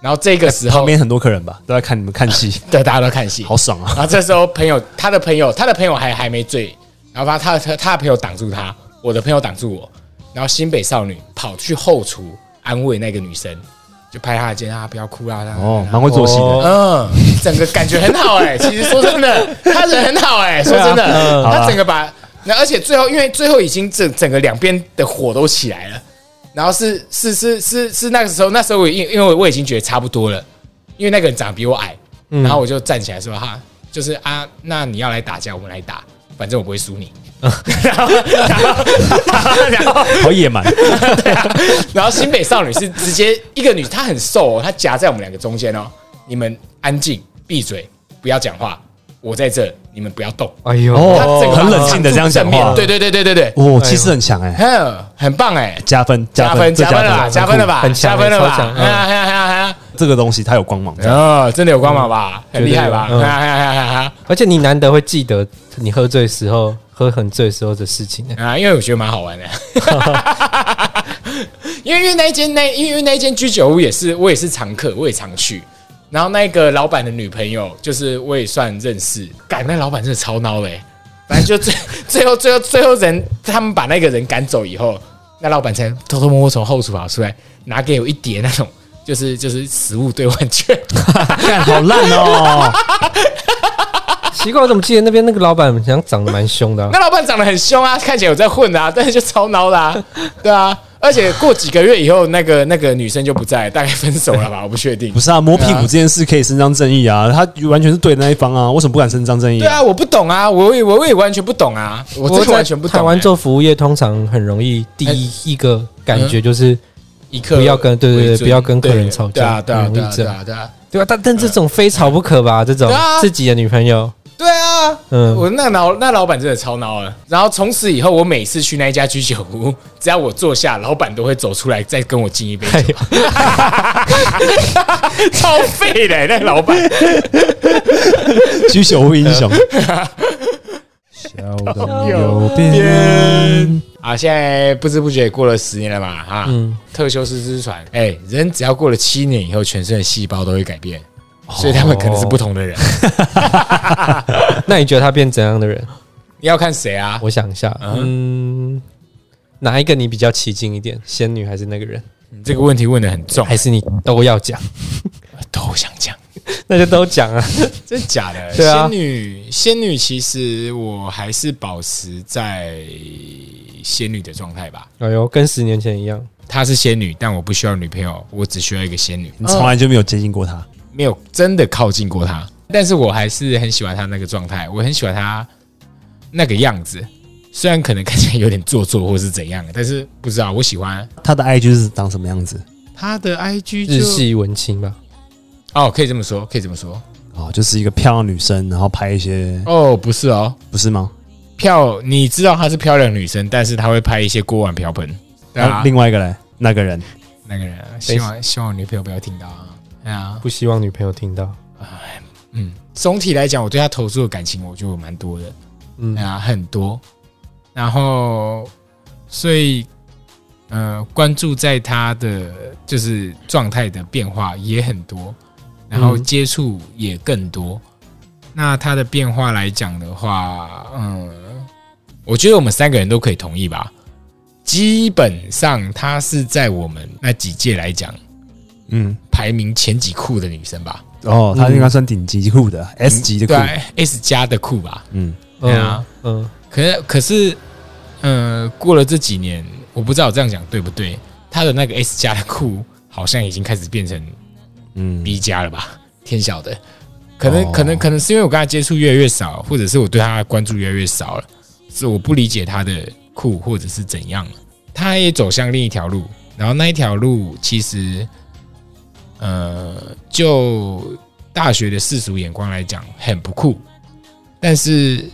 [SPEAKER 2] 然后这个时
[SPEAKER 3] 旁
[SPEAKER 2] 候
[SPEAKER 3] 边很多客人吧，都在看你们看戏，
[SPEAKER 2] 对大家都看戏，
[SPEAKER 3] 好爽啊！
[SPEAKER 2] 然后这时候朋友，他的朋友，他的朋友还还没醉，然后他他他他的朋友挡住他，我的朋友挡住我，然后新北少女跑去后厨安慰那个女生，就拍她的肩啊，不要哭啊，
[SPEAKER 3] 哦
[SPEAKER 2] 哦，，
[SPEAKER 3] 蛮会做戏的
[SPEAKER 1] 哦。
[SPEAKER 2] 嗯，整个感觉很好 哎、其实说真的，他人很好哎、说真的，
[SPEAKER 3] 嗯好啦
[SPEAKER 2] 他整个把那而且最后因为最后已经整整个两边的火都起来了，然后是是是是是那个时候那时候我因因为我已经觉得差不多了，因为那个
[SPEAKER 3] 嗯
[SPEAKER 2] 人长得比我矮，然后我就站起来说哈，就是啊，那你要来打架，我们来打。反正我不会输你。
[SPEAKER 3] 好野蛮，
[SPEAKER 2] 然后新北少女是直接一个女，她很瘦哦，她夹在我们两个中间哦。你们安静，闭嘴，不要讲话，我在这，你们不要动。
[SPEAKER 1] 哎呦，
[SPEAKER 3] 哦
[SPEAKER 2] 她整个
[SPEAKER 3] 很冷静地这样讲
[SPEAKER 2] 正
[SPEAKER 3] 话
[SPEAKER 2] 面对对对对对对，
[SPEAKER 3] 哦，气势很强哎，
[SPEAKER 2] 哼，很棒哎，
[SPEAKER 3] 加分
[SPEAKER 2] 加分
[SPEAKER 3] 分这
[SPEAKER 2] 加分了吧，
[SPEAKER 3] 很
[SPEAKER 2] 加
[SPEAKER 3] 酷
[SPEAKER 2] 分了吧，
[SPEAKER 1] 很强
[SPEAKER 2] 加分了
[SPEAKER 1] 超
[SPEAKER 2] 吧，
[SPEAKER 1] 强
[SPEAKER 3] 嗯
[SPEAKER 2] 哎呀哎呀哎呀哎呀！
[SPEAKER 3] 这个东西它有光芒，
[SPEAKER 2] 哦，真的有光芒吧，很厉害
[SPEAKER 1] 绝
[SPEAKER 2] 吧？哎
[SPEAKER 1] 对有嗯
[SPEAKER 2] 哈哈哈哈
[SPEAKER 1] 而且你难得会记得你喝醉时候、喝很醉时候的事 情、哎
[SPEAKER 2] 啊，因为我觉得蛮好玩的， 因为因为那一间那因为那一间居酒屋也是我也是常客，我也常去。然后那个老板的女朋友，就是我也算认识，赶那老板真的超孬的欸、反正就最 最后最后最后人他们把那个人赶走以后，那老板才偷偷摸摸从后厨跑出来，拿给我一叠那种就是就是食物兑换券，
[SPEAKER 3] 干好烂哦，
[SPEAKER 1] 奇怪，我怎么记得那边那个老板好像长得蛮凶的、啊？
[SPEAKER 2] 那老板长得很凶啊，看起来有在混啊， 但是就超孬的啊，对啊。而且过几个月以后，那个那个女生就不在，大概分手了吧，我不确定
[SPEAKER 3] 不。是啊，摸屁股这件事可以伸张正义啊，他完全是对的那一方啊，为什么不敢伸张正义
[SPEAKER 2] 对？啊，我不懂啊，我也我也完全不懂啊，我
[SPEAKER 1] 不过
[SPEAKER 2] 真的
[SPEAKER 1] 在
[SPEAKER 2] 完全不懂欸、
[SPEAKER 1] 台湾做服务业通常很容易，第
[SPEAKER 3] 哎
[SPEAKER 1] 一一个感觉就是
[SPEAKER 2] 一刻
[SPEAKER 1] 不要跟对对
[SPEAKER 2] 为
[SPEAKER 1] 对，
[SPEAKER 2] 准
[SPEAKER 1] 不要跟客人吵
[SPEAKER 2] 对啊
[SPEAKER 1] 架，
[SPEAKER 2] 对啊
[SPEAKER 1] 很
[SPEAKER 2] 对
[SPEAKER 1] 容
[SPEAKER 2] 啊
[SPEAKER 1] 易这
[SPEAKER 2] 对
[SPEAKER 1] 样
[SPEAKER 2] 啊对啊
[SPEAKER 1] 对吧？但但这种非吵不可吧？这种
[SPEAKER 2] 对啊
[SPEAKER 1] 自己的女朋友，
[SPEAKER 2] 对啊。
[SPEAKER 1] 嗯，
[SPEAKER 2] 我那老那老板真的超孬了，然后从此以后，我每次去那一家居酒屋， 只要我坐下，老板都会走出来再跟我敬一杯酒，
[SPEAKER 1] 哎
[SPEAKER 2] 超废的欸、那老板。
[SPEAKER 3] 居酒屋英雄，小
[SPEAKER 2] 东
[SPEAKER 3] 东
[SPEAKER 2] 有
[SPEAKER 3] 有变，
[SPEAKER 2] 啊，现在不知不觉也过了十年了嘛，哈，
[SPEAKER 1] 嗯
[SPEAKER 2] 特修斯之船，哎、人只要过了七年以后，全身的细胞都会改变，
[SPEAKER 1] 哦
[SPEAKER 2] 所以他们可能是不同的人。
[SPEAKER 1] 那你觉得他变怎样的人？
[SPEAKER 2] 你要看谁啊？
[SPEAKER 1] 我想一下，嗯，哪一个你比较起劲一点？仙女还是那个人？
[SPEAKER 2] 你这个问题问的很 重，
[SPEAKER 1] 还是你都要讲？
[SPEAKER 2] 哎都想讲，
[SPEAKER 1] 那就都讲 啊。
[SPEAKER 2] 真的假的？
[SPEAKER 1] 对啊
[SPEAKER 2] 仙女，仙女，其实我还是保持在仙女的状态吧。
[SPEAKER 1] 哎呦，跟十年前一样，
[SPEAKER 2] 她是仙女，但我不需要女朋友，我只需要一个仙女，
[SPEAKER 3] 你从来就没有接近过他，
[SPEAKER 2] 没有真的靠近过她，但是我还是很喜欢她那个状态，我很喜欢她那个样子。虽然可能看起来有点做作或是怎样，但是不知道我喜欢
[SPEAKER 3] 他的 IG 是长什么样子？
[SPEAKER 2] 她的 IG 就
[SPEAKER 1] 日系文青吧。
[SPEAKER 2] 哦，可以这么说，可以这么说
[SPEAKER 3] 哦，就是一个漂亮女生，然后拍一些，
[SPEAKER 2] 哦，不是哦，
[SPEAKER 3] 不是吗？
[SPEAKER 2] 漂，哦你知道她是漂亮女生，但是她会拍一些锅碗瓢盆，对
[SPEAKER 3] 然
[SPEAKER 2] 啊
[SPEAKER 3] 后，另外一个嘞，那个人
[SPEAKER 2] 那个人啊希望希望我女朋友不要听到啊，对啊，
[SPEAKER 1] 不希望女朋友听到。
[SPEAKER 2] 嗯，总体来讲，我对她投注的感情，我就有蛮多的，
[SPEAKER 1] 嗯，
[SPEAKER 2] 啊，很多。然后，所以，呃，关注在他的就是状态的变化也很多，然后
[SPEAKER 1] 嗯
[SPEAKER 2] 接触也更多。那他的变化来讲的话，嗯，我觉得我们三个人都可以同意吧。基本上，她是在我们那几届来讲
[SPEAKER 3] 嗯，
[SPEAKER 2] 排名前几酷的女生吧，
[SPEAKER 3] 哦，他应该算顶级酷的 S 级的酷
[SPEAKER 2] 嗯对，啊 S 加的酷吧，
[SPEAKER 3] 嗯，
[SPEAKER 2] 对啊
[SPEAKER 1] 嗯，
[SPEAKER 2] 可是可是，呃，过了这几年，我不知道我这样讲对不对。他的那个 S 加的库好像已经开始变成
[SPEAKER 3] 嗯
[SPEAKER 2] B 加了吧？天晓得，可能、
[SPEAKER 3] 哦
[SPEAKER 2] 可能可能是因为我跟他接触越来越少，或者是我对他的关注越来越少了，是我不理解他的酷或者是怎样了。他也走向另一条路，然后那一条路其实，呃，就大学的世俗眼光来讲很不酷，但是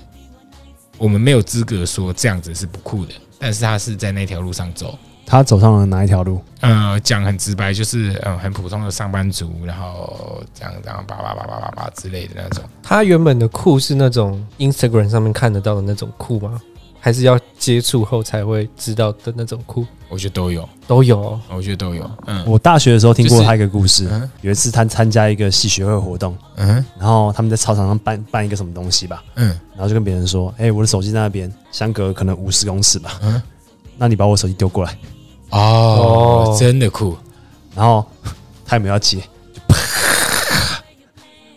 [SPEAKER 2] 我们没有资格说这样子是不酷的。但是他是在那条路上走，
[SPEAKER 3] 他走上了哪一条路？
[SPEAKER 2] 呃，讲很直白，就是呃很普通的上班族，然后这样这样叭叭叭叭叭叭之类的那种。
[SPEAKER 1] 他原本的酷是那种 Instagram 上面看得到的那种酷吗？还是要接触后才会知道的那种酷？
[SPEAKER 2] 我觉得都有，
[SPEAKER 1] 都有哦、
[SPEAKER 2] 我觉得都有。嗯
[SPEAKER 3] 我大学的时候听
[SPEAKER 2] 就
[SPEAKER 3] 过
[SPEAKER 2] 是
[SPEAKER 3] 他一个故事
[SPEAKER 2] 嗯，
[SPEAKER 3] 有一次他参加一个系学会活动，
[SPEAKER 2] 嗯
[SPEAKER 3] 然后他们在操场上办办一个什么东西吧，
[SPEAKER 2] 嗯
[SPEAKER 3] 然后就跟别人说：“哎、我的手机在那边，相隔可能五十公尺吧，
[SPEAKER 2] 嗯，
[SPEAKER 3] 那你把我手机丢过来。
[SPEAKER 2] 哦，
[SPEAKER 1] 哦
[SPEAKER 2] 真的酷，”
[SPEAKER 3] 然后他也没有要接，就 啪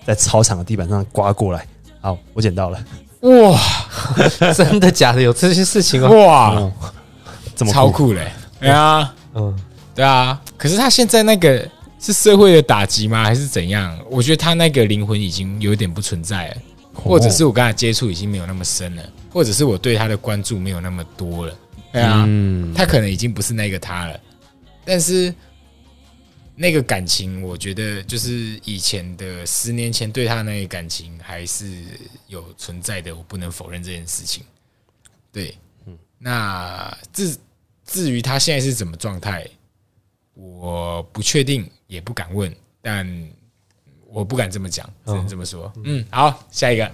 [SPEAKER 3] 在操场的地板上刮过来。好，我捡到了。
[SPEAKER 2] 哇
[SPEAKER 1] 真的假的？有这些事情哦、
[SPEAKER 2] 哇，
[SPEAKER 3] 哦，这么
[SPEAKER 2] 超酷嘞！对啊，
[SPEAKER 1] 嗯，
[SPEAKER 2] 对啊。可是他现在那个是社会的打击吗？还是怎样？我觉得他那个灵魂已经有点不存在了，或者是我跟他接触已经没有那么深了。或者是我对他的关注没有那么多了。对啊，
[SPEAKER 4] 嗯，
[SPEAKER 2] 他可能已经不是那个他了，但是那个感情，我觉得就是以前的十年前对他那个感情还是有存在的，我不能否认这件事情。对，那至至于他现在是怎么状态，我不确定，也不敢问，但我不敢这么讲，只能这么说。嗯，好，下一个。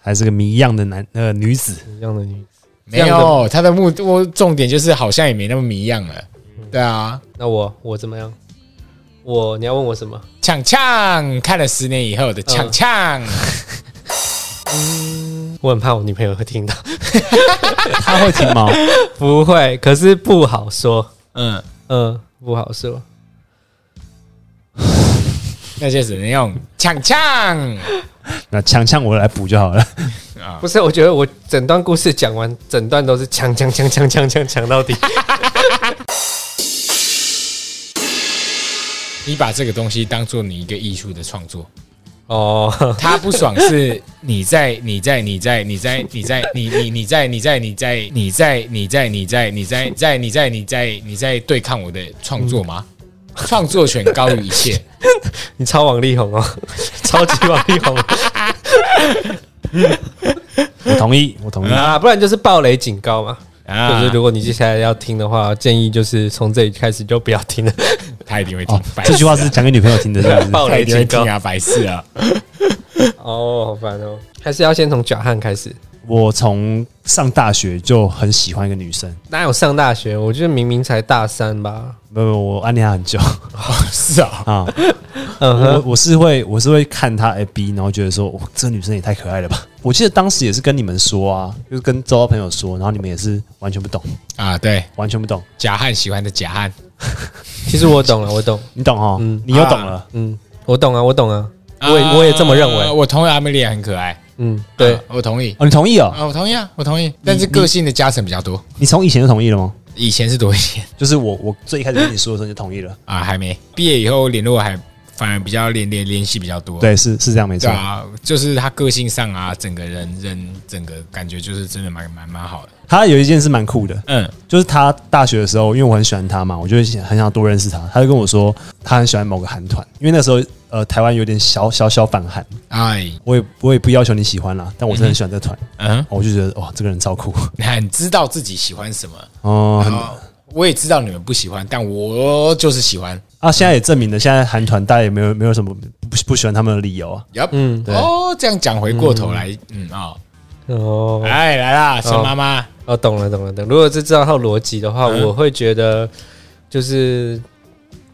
[SPEAKER 3] 还是个谜一样的男呃女 子，
[SPEAKER 1] 一样的女子。
[SPEAKER 2] 没有，他的目我重点就是好像也没那么迷样了，对啊，
[SPEAKER 1] 那我我怎么样？我你要问我什么？
[SPEAKER 2] 呛呛，看了十年以后的呛呛，
[SPEAKER 1] 我很怕我女朋友会听到，
[SPEAKER 3] 他会听 吗？
[SPEAKER 1] 不会，可是不好说，
[SPEAKER 2] 嗯，
[SPEAKER 1] 嗯，不好说。
[SPEAKER 2] 那就只能用呛呛
[SPEAKER 3] 那强强我来补就好了。
[SPEAKER 2] 啊
[SPEAKER 1] 不，是，我觉得我整段故事讲完，整段都是抢抢抢抢抢抢抢到底。
[SPEAKER 2] 你把这个东西当做你一个艺术的创作，
[SPEAKER 1] 哦，
[SPEAKER 2] 他不爽是你在你在你在你在你在你你你在你在你在你在你在你在你在在你在你在你在对抗我的创作吗？创作权高于一切，
[SPEAKER 1] 你超王力宏哦， 超级王力宏
[SPEAKER 3] 我同意，我同意。
[SPEAKER 1] 啊！不然就是暴雷警告嘛。
[SPEAKER 2] 啊
[SPEAKER 1] 就是如果你接下来要听的话，建议就是从这里开始就不要听了。
[SPEAKER 2] 他一定会听
[SPEAKER 3] 哦，，
[SPEAKER 2] 白
[SPEAKER 3] 这句话
[SPEAKER 2] 痴
[SPEAKER 3] 是讲给女朋友听的，是不 是？
[SPEAKER 1] 暴
[SPEAKER 2] 他一
[SPEAKER 1] 雷
[SPEAKER 2] 定会
[SPEAKER 1] 警告
[SPEAKER 2] 听啊，白痴啊。
[SPEAKER 1] 哦，好烦哦，还是要先从假汉开始。
[SPEAKER 3] 我从上大学就很喜欢一个女生，
[SPEAKER 1] 哪有上大学？我觉得明明才大三吧。
[SPEAKER 3] 不不，我暗恋她很久
[SPEAKER 2] 是啊，
[SPEAKER 3] 啊。
[SPEAKER 1] 嗯
[SPEAKER 3] 我
[SPEAKER 1] 哼，
[SPEAKER 3] 我是会我是会看她 FB，然后觉得说，哇，这女生也太可爱了吧。我记得当时也是跟你们说啊，就是跟周遭朋友说，然后你们也是完全不懂，
[SPEAKER 2] 啊，对，
[SPEAKER 3] 完全不懂，
[SPEAKER 2] 假汉喜欢的假汉
[SPEAKER 1] 其实我懂了，我懂，
[SPEAKER 3] 你懂哈？
[SPEAKER 1] 嗯
[SPEAKER 3] 你又懂了。
[SPEAKER 1] 嗯，我懂啊，我懂啊，
[SPEAKER 2] 啊
[SPEAKER 1] 我也我也这么认为。
[SPEAKER 2] 我同意阿梅丽也很可爱，
[SPEAKER 1] 嗯，对
[SPEAKER 2] 啊，我同意
[SPEAKER 3] 哦，你同意哦？
[SPEAKER 2] 啊，我同意啊，我同意。但是个性的加成比较多，
[SPEAKER 3] 你从以前就同意了吗？
[SPEAKER 2] 以前是多一点
[SPEAKER 3] 就是我我最一开始跟你说的时候你就同意了，
[SPEAKER 2] 啊，还没毕业以后联络还反而比较联联联系比较多。
[SPEAKER 3] 对，是是这样没
[SPEAKER 2] 对
[SPEAKER 3] 错。
[SPEAKER 2] 啊，就是他个性上啊，整个人人整个感觉就是真的蛮蛮蛮好的。
[SPEAKER 3] 她有一件是蛮酷的，
[SPEAKER 2] 嗯，
[SPEAKER 3] 就是她大学的时候，因为我很喜欢她嘛，我就想很想多认识她。她就跟我说，她很喜欢某个韩团，因为那时候呃台湾有点小小小反韩，
[SPEAKER 2] 哎，
[SPEAKER 3] 我也我也不要求你喜欢啦，但我真的很喜欢这团，
[SPEAKER 2] 嗯，
[SPEAKER 3] 我就觉得哇，哦这个人超酷
[SPEAKER 2] 很知道自己喜欢什么。
[SPEAKER 3] 哦、
[SPEAKER 2] 然
[SPEAKER 3] 很
[SPEAKER 2] 后我也知道你们不喜欢，但我就是喜欢。
[SPEAKER 3] 啊，现在也证明了，现在韩团大家也没有没有什么不不喜欢他们的理由啊。
[SPEAKER 2] Yup，
[SPEAKER 1] 嗯
[SPEAKER 3] 对
[SPEAKER 2] 哦，这样讲回过头来，嗯哦，
[SPEAKER 1] 哦，
[SPEAKER 2] 哎来啦，孙
[SPEAKER 1] 哦
[SPEAKER 2] 妈妈，
[SPEAKER 1] 哦，懂了，懂了，懂了。如果是这套逻辑的话，
[SPEAKER 2] 嗯
[SPEAKER 1] 我会觉得就是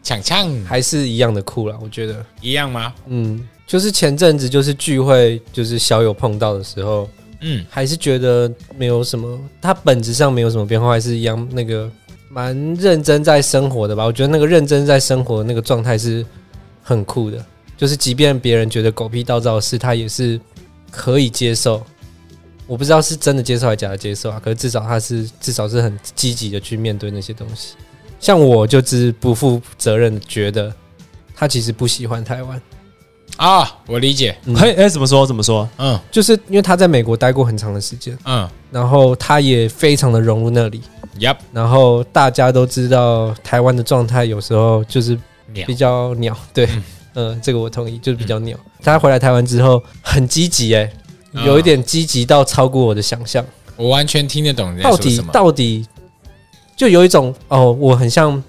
[SPEAKER 2] 抢抢
[SPEAKER 1] 还是一样的酷啦。我觉得，
[SPEAKER 2] 一样吗？
[SPEAKER 1] 嗯，就是前阵子就是聚会，就是小友碰到的时候，
[SPEAKER 2] 嗯，
[SPEAKER 1] 还是觉得没有什么，他本质上没有什么变化，还是一样那个蛮认真在生活的吧。我觉得那个认真在生活的那个状态是很酷的，就是即便别人觉得狗屁倒灶的事，他也是可以接受。我不知道是真的接受还是假的接受啊，可是至少他是至少是很积极的去面对那些东西。像我就只不负责任的觉得他其实不喜欢台湾，
[SPEAKER 2] 啊，我理解，
[SPEAKER 1] 嗯
[SPEAKER 3] 嘿，哎，怎么说怎么说？
[SPEAKER 2] 嗯
[SPEAKER 1] 就是因为他在美国待过很长的时间，
[SPEAKER 2] 嗯
[SPEAKER 1] 然后他也非常的融入那里。
[SPEAKER 2] ，Yup，
[SPEAKER 1] 然后大家都知道台湾的状态有时候就是
[SPEAKER 2] 鸟
[SPEAKER 1] 比较鸟，对，嗯、这个我同意，就是比较鸟。他回来台湾之后很积极，哎，
[SPEAKER 2] 嗯
[SPEAKER 1] 有一点积极到超过我的想象。
[SPEAKER 2] 我完全听得懂你在
[SPEAKER 1] 到
[SPEAKER 2] 说
[SPEAKER 1] 底
[SPEAKER 2] 什么。
[SPEAKER 1] 到底就有一种哦，我很像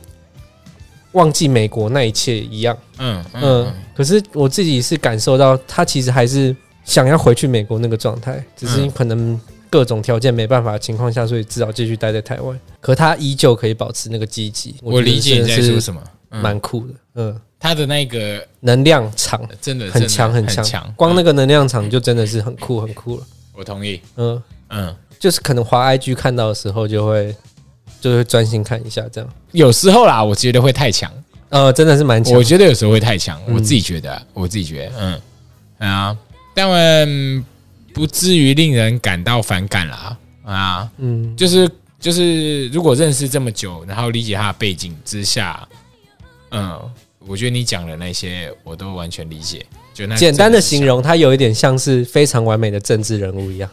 [SPEAKER 1] 忘记美国那一切一样，
[SPEAKER 2] 嗯
[SPEAKER 1] 嗯、
[SPEAKER 2] 嗯
[SPEAKER 1] 可是我自己是感受到他其实还是想要回去美国那个状态，只是
[SPEAKER 2] 嗯
[SPEAKER 1] 可能各种条件没办法的情况下，所以只好继续待在台湾。可他依旧可以保持那个积极，
[SPEAKER 2] 我理解你在说
[SPEAKER 1] 么，
[SPEAKER 2] 什么。嗯，
[SPEAKER 1] 蛮酷的，嗯，
[SPEAKER 2] 他的那个
[SPEAKER 1] 能量场
[SPEAKER 2] 真的
[SPEAKER 1] 很强
[SPEAKER 2] 真的
[SPEAKER 1] 强，
[SPEAKER 2] 很强，
[SPEAKER 1] 光那
[SPEAKER 2] 嗯
[SPEAKER 1] 个能量场就真的是很酷很酷了，
[SPEAKER 2] 我同意。
[SPEAKER 1] 嗯，
[SPEAKER 2] 嗯，
[SPEAKER 1] 就是可能滑 IG 看到的时候就会就会专心看一下这样。
[SPEAKER 2] 有时候啦，我觉得会太强，
[SPEAKER 1] 呃，真的是蛮强
[SPEAKER 2] 我。觉得有时候会太强，
[SPEAKER 1] 嗯
[SPEAKER 2] 我自己觉得啊，我自己觉得，嗯嗯啊，但嗯不至于令人感到反感啦，啊，
[SPEAKER 1] 嗯，
[SPEAKER 2] 就是就是，如果认识这么久，然后理解他的背景之下，嗯，我觉得你讲的那些我都完全理解。就那
[SPEAKER 1] 简单的形容，他有一点像是非常完美的政治人物一样。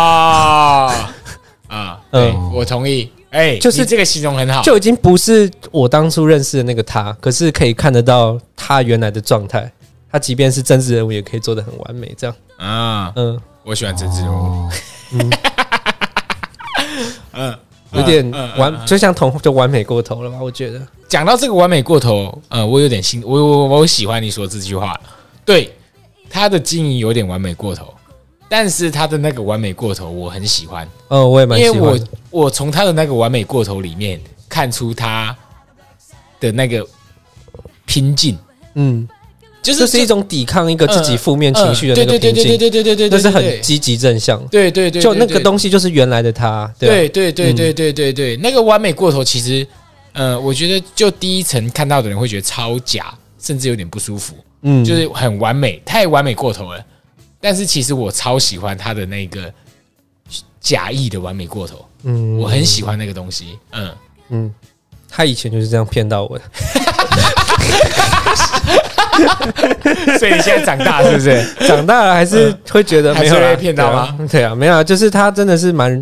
[SPEAKER 2] 啊啊，对，我同意。哎，
[SPEAKER 1] 就是
[SPEAKER 2] 你这个形容很好，
[SPEAKER 1] 就已经不是我当初认识的那个他，可是可以看得到他原来的状态。他即便是政治人物，也可以做的很完美。这样，
[SPEAKER 2] 啊，
[SPEAKER 1] 嗯，
[SPEAKER 2] 我喜欢政治人物，嗯
[SPEAKER 1] 有点完，就像同就完美过头了吧？我觉得，
[SPEAKER 2] 讲到这个完美过头，呃，我有点心，我我我喜欢你说这句话，对他的经营有点完美过头，但是他的那个完美过头我很喜欢，
[SPEAKER 1] 嗯，我也蛮
[SPEAKER 2] 因为
[SPEAKER 1] 喜
[SPEAKER 2] 我
[SPEAKER 1] 欢的。
[SPEAKER 2] 我从他的那个完美过头里面看出他的那个拼劲，
[SPEAKER 1] 嗯，
[SPEAKER 2] 就
[SPEAKER 1] 这
[SPEAKER 2] 是
[SPEAKER 1] 是一种抵抗一个自己负面情绪的那个
[SPEAKER 2] 对对
[SPEAKER 1] 平静，
[SPEAKER 2] 对对对对对对，
[SPEAKER 1] 那是很积极正向。
[SPEAKER 2] 对对对，
[SPEAKER 1] 就那个东西就是原来的他，对啊
[SPEAKER 2] 对对对对对对对，那个完美过头，其实，呃，我觉得就第一层看到的人会觉得超假，甚至有点不舒服，
[SPEAKER 1] 嗯，
[SPEAKER 2] 就是很完美，太完美过头了。但是其实我超喜欢他的那个假意的完美过头，
[SPEAKER 1] 嗯
[SPEAKER 2] 我很喜欢那个东西。 嗯，
[SPEAKER 1] 嗯，他以前就是这样骗到我的。
[SPEAKER 2] 所以你现在长大是不是？
[SPEAKER 1] 长大了还是会觉得
[SPEAKER 2] 嗯还
[SPEAKER 1] 没
[SPEAKER 2] 是
[SPEAKER 1] 有啦
[SPEAKER 2] 会骗到吗
[SPEAKER 1] 对啊？对啊，没有啊，就是他真的是蛮，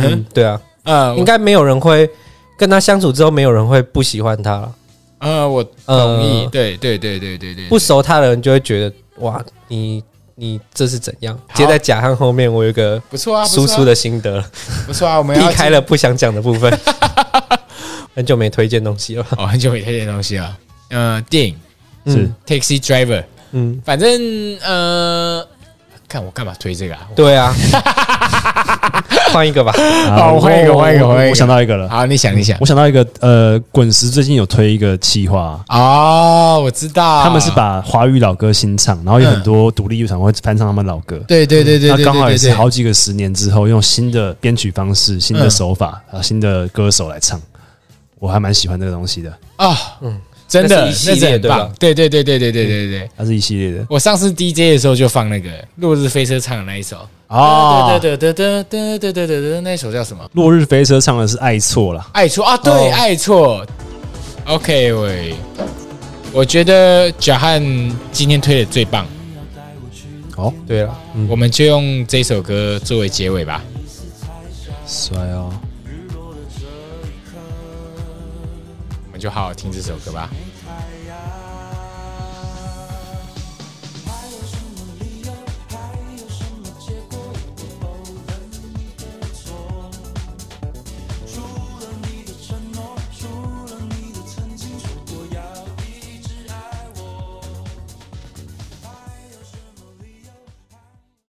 [SPEAKER 1] 嗯
[SPEAKER 2] 哼，，
[SPEAKER 1] 对啊，
[SPEAKER 2] 呃，
[SPEAKER 1] 应该没有人会跟他相处之后，没有人会不喜欢他了。
[SPEAKER 2] 呃，我同意
[SPEAKER 1] 呃，
[SPEAKER 2] 对对对对对对，
[SPEAKER 1] 不熟他的人就会觉得，哇，你你这是怎样？
[SPEAKER 2] 好
[SPEAKER 1] 接在甲汉后面，我有一个
[SPEAKER 2] 不错啊，
[SPEAKER 1] 输出的心得了，
[SPEAKER 2] 不错啊，我们
[SPEAKER 1] 避
[SPEAKER 2] 要
[SPEAKER 1] 开了不想讲的部 分。很久没推荐东西了，
[SPEAKER 2] 哦，很久没推荐东西了。呃，电影
[SPEAKER 3] 是
[SPEAKER 1] 嗯
[SPEAKER 2] Taxi Driver。
[SPEAKER 1] 嗯，
[SPEAKER 2] 反正呃，看我干嘛推这个啊？
[SPEAKER 1] 对 啊，换一个吧。
[SPEAKER 2] 好我换一个
[SPEAKER 3] 我
[SPEAKER 2] 换一个
[SPEAKER 3] 我
[SPEAKER 2] 换一个
[SPEAKER 3] 哦我想到一个了，
[SPEAKER 2] 好，你想一想
[SPEAKER 3] 我想到一个，呃，滚石最近有推一个企划，
[SPEAKER 2] 哦，我知道，
[SPEAKER 3] 他们是把华语老歌新唱，然后有很多独立乐团会翻唱他们老歌。
[SPEAKER 2] 对对对对
[SPEAKER 3] 那
[SPEAKER 2] 对，
[SPEAKER 3] 刚好也
[SPEAKER 2] 对
[SPEAKER 3] 是
[SPEAKER 2] 对
[SPEAKER 3] 好几个十年之后，用新的编曲方式、新的手法、啊、新的歌手来唱，我还蛮喜欢这个东西的。
[SPEAKER 2] 啊，嗯，真的，
[SPEAKER 1] 那是
[SPEAKER 2] 那
[SPEAKER 1] 一系
[SPEAKER 2] 是
[SPEAKER 1] 列
[SPEAKER 2] 很
[SPEAKER 1] 对吧
[SPEAKER 2] 棒，对对对对对对对对。
[SPEAKER 3] 它是一系列的
[SPEAKER 2] 我上次 DJ 的时候就放那个《落日飞车》唱的那一首，
[SPEAKER 3] 哦，
[SPEAKER 2] 对对对对对对对对，那一首叫什么？
[SPEAKER 3] 落日飞车唱的是《爱错》啦，
[SPEAKER 2] 爱错啊，对，
[SPEAKER 1] 哦
[SPEAKER 2] 爱错。OK，喂，我觉得贾汉今天推的最棒，
[SPEAKER 3] 哦，
[SPEAKER 1] 对了，嗯
[SPEAKER 2] 我们就用这首歌作为结尾吧。
[SPEAKER 3] 帅哦，
[SPEAKER 2] 我们就好好听这首歌吧。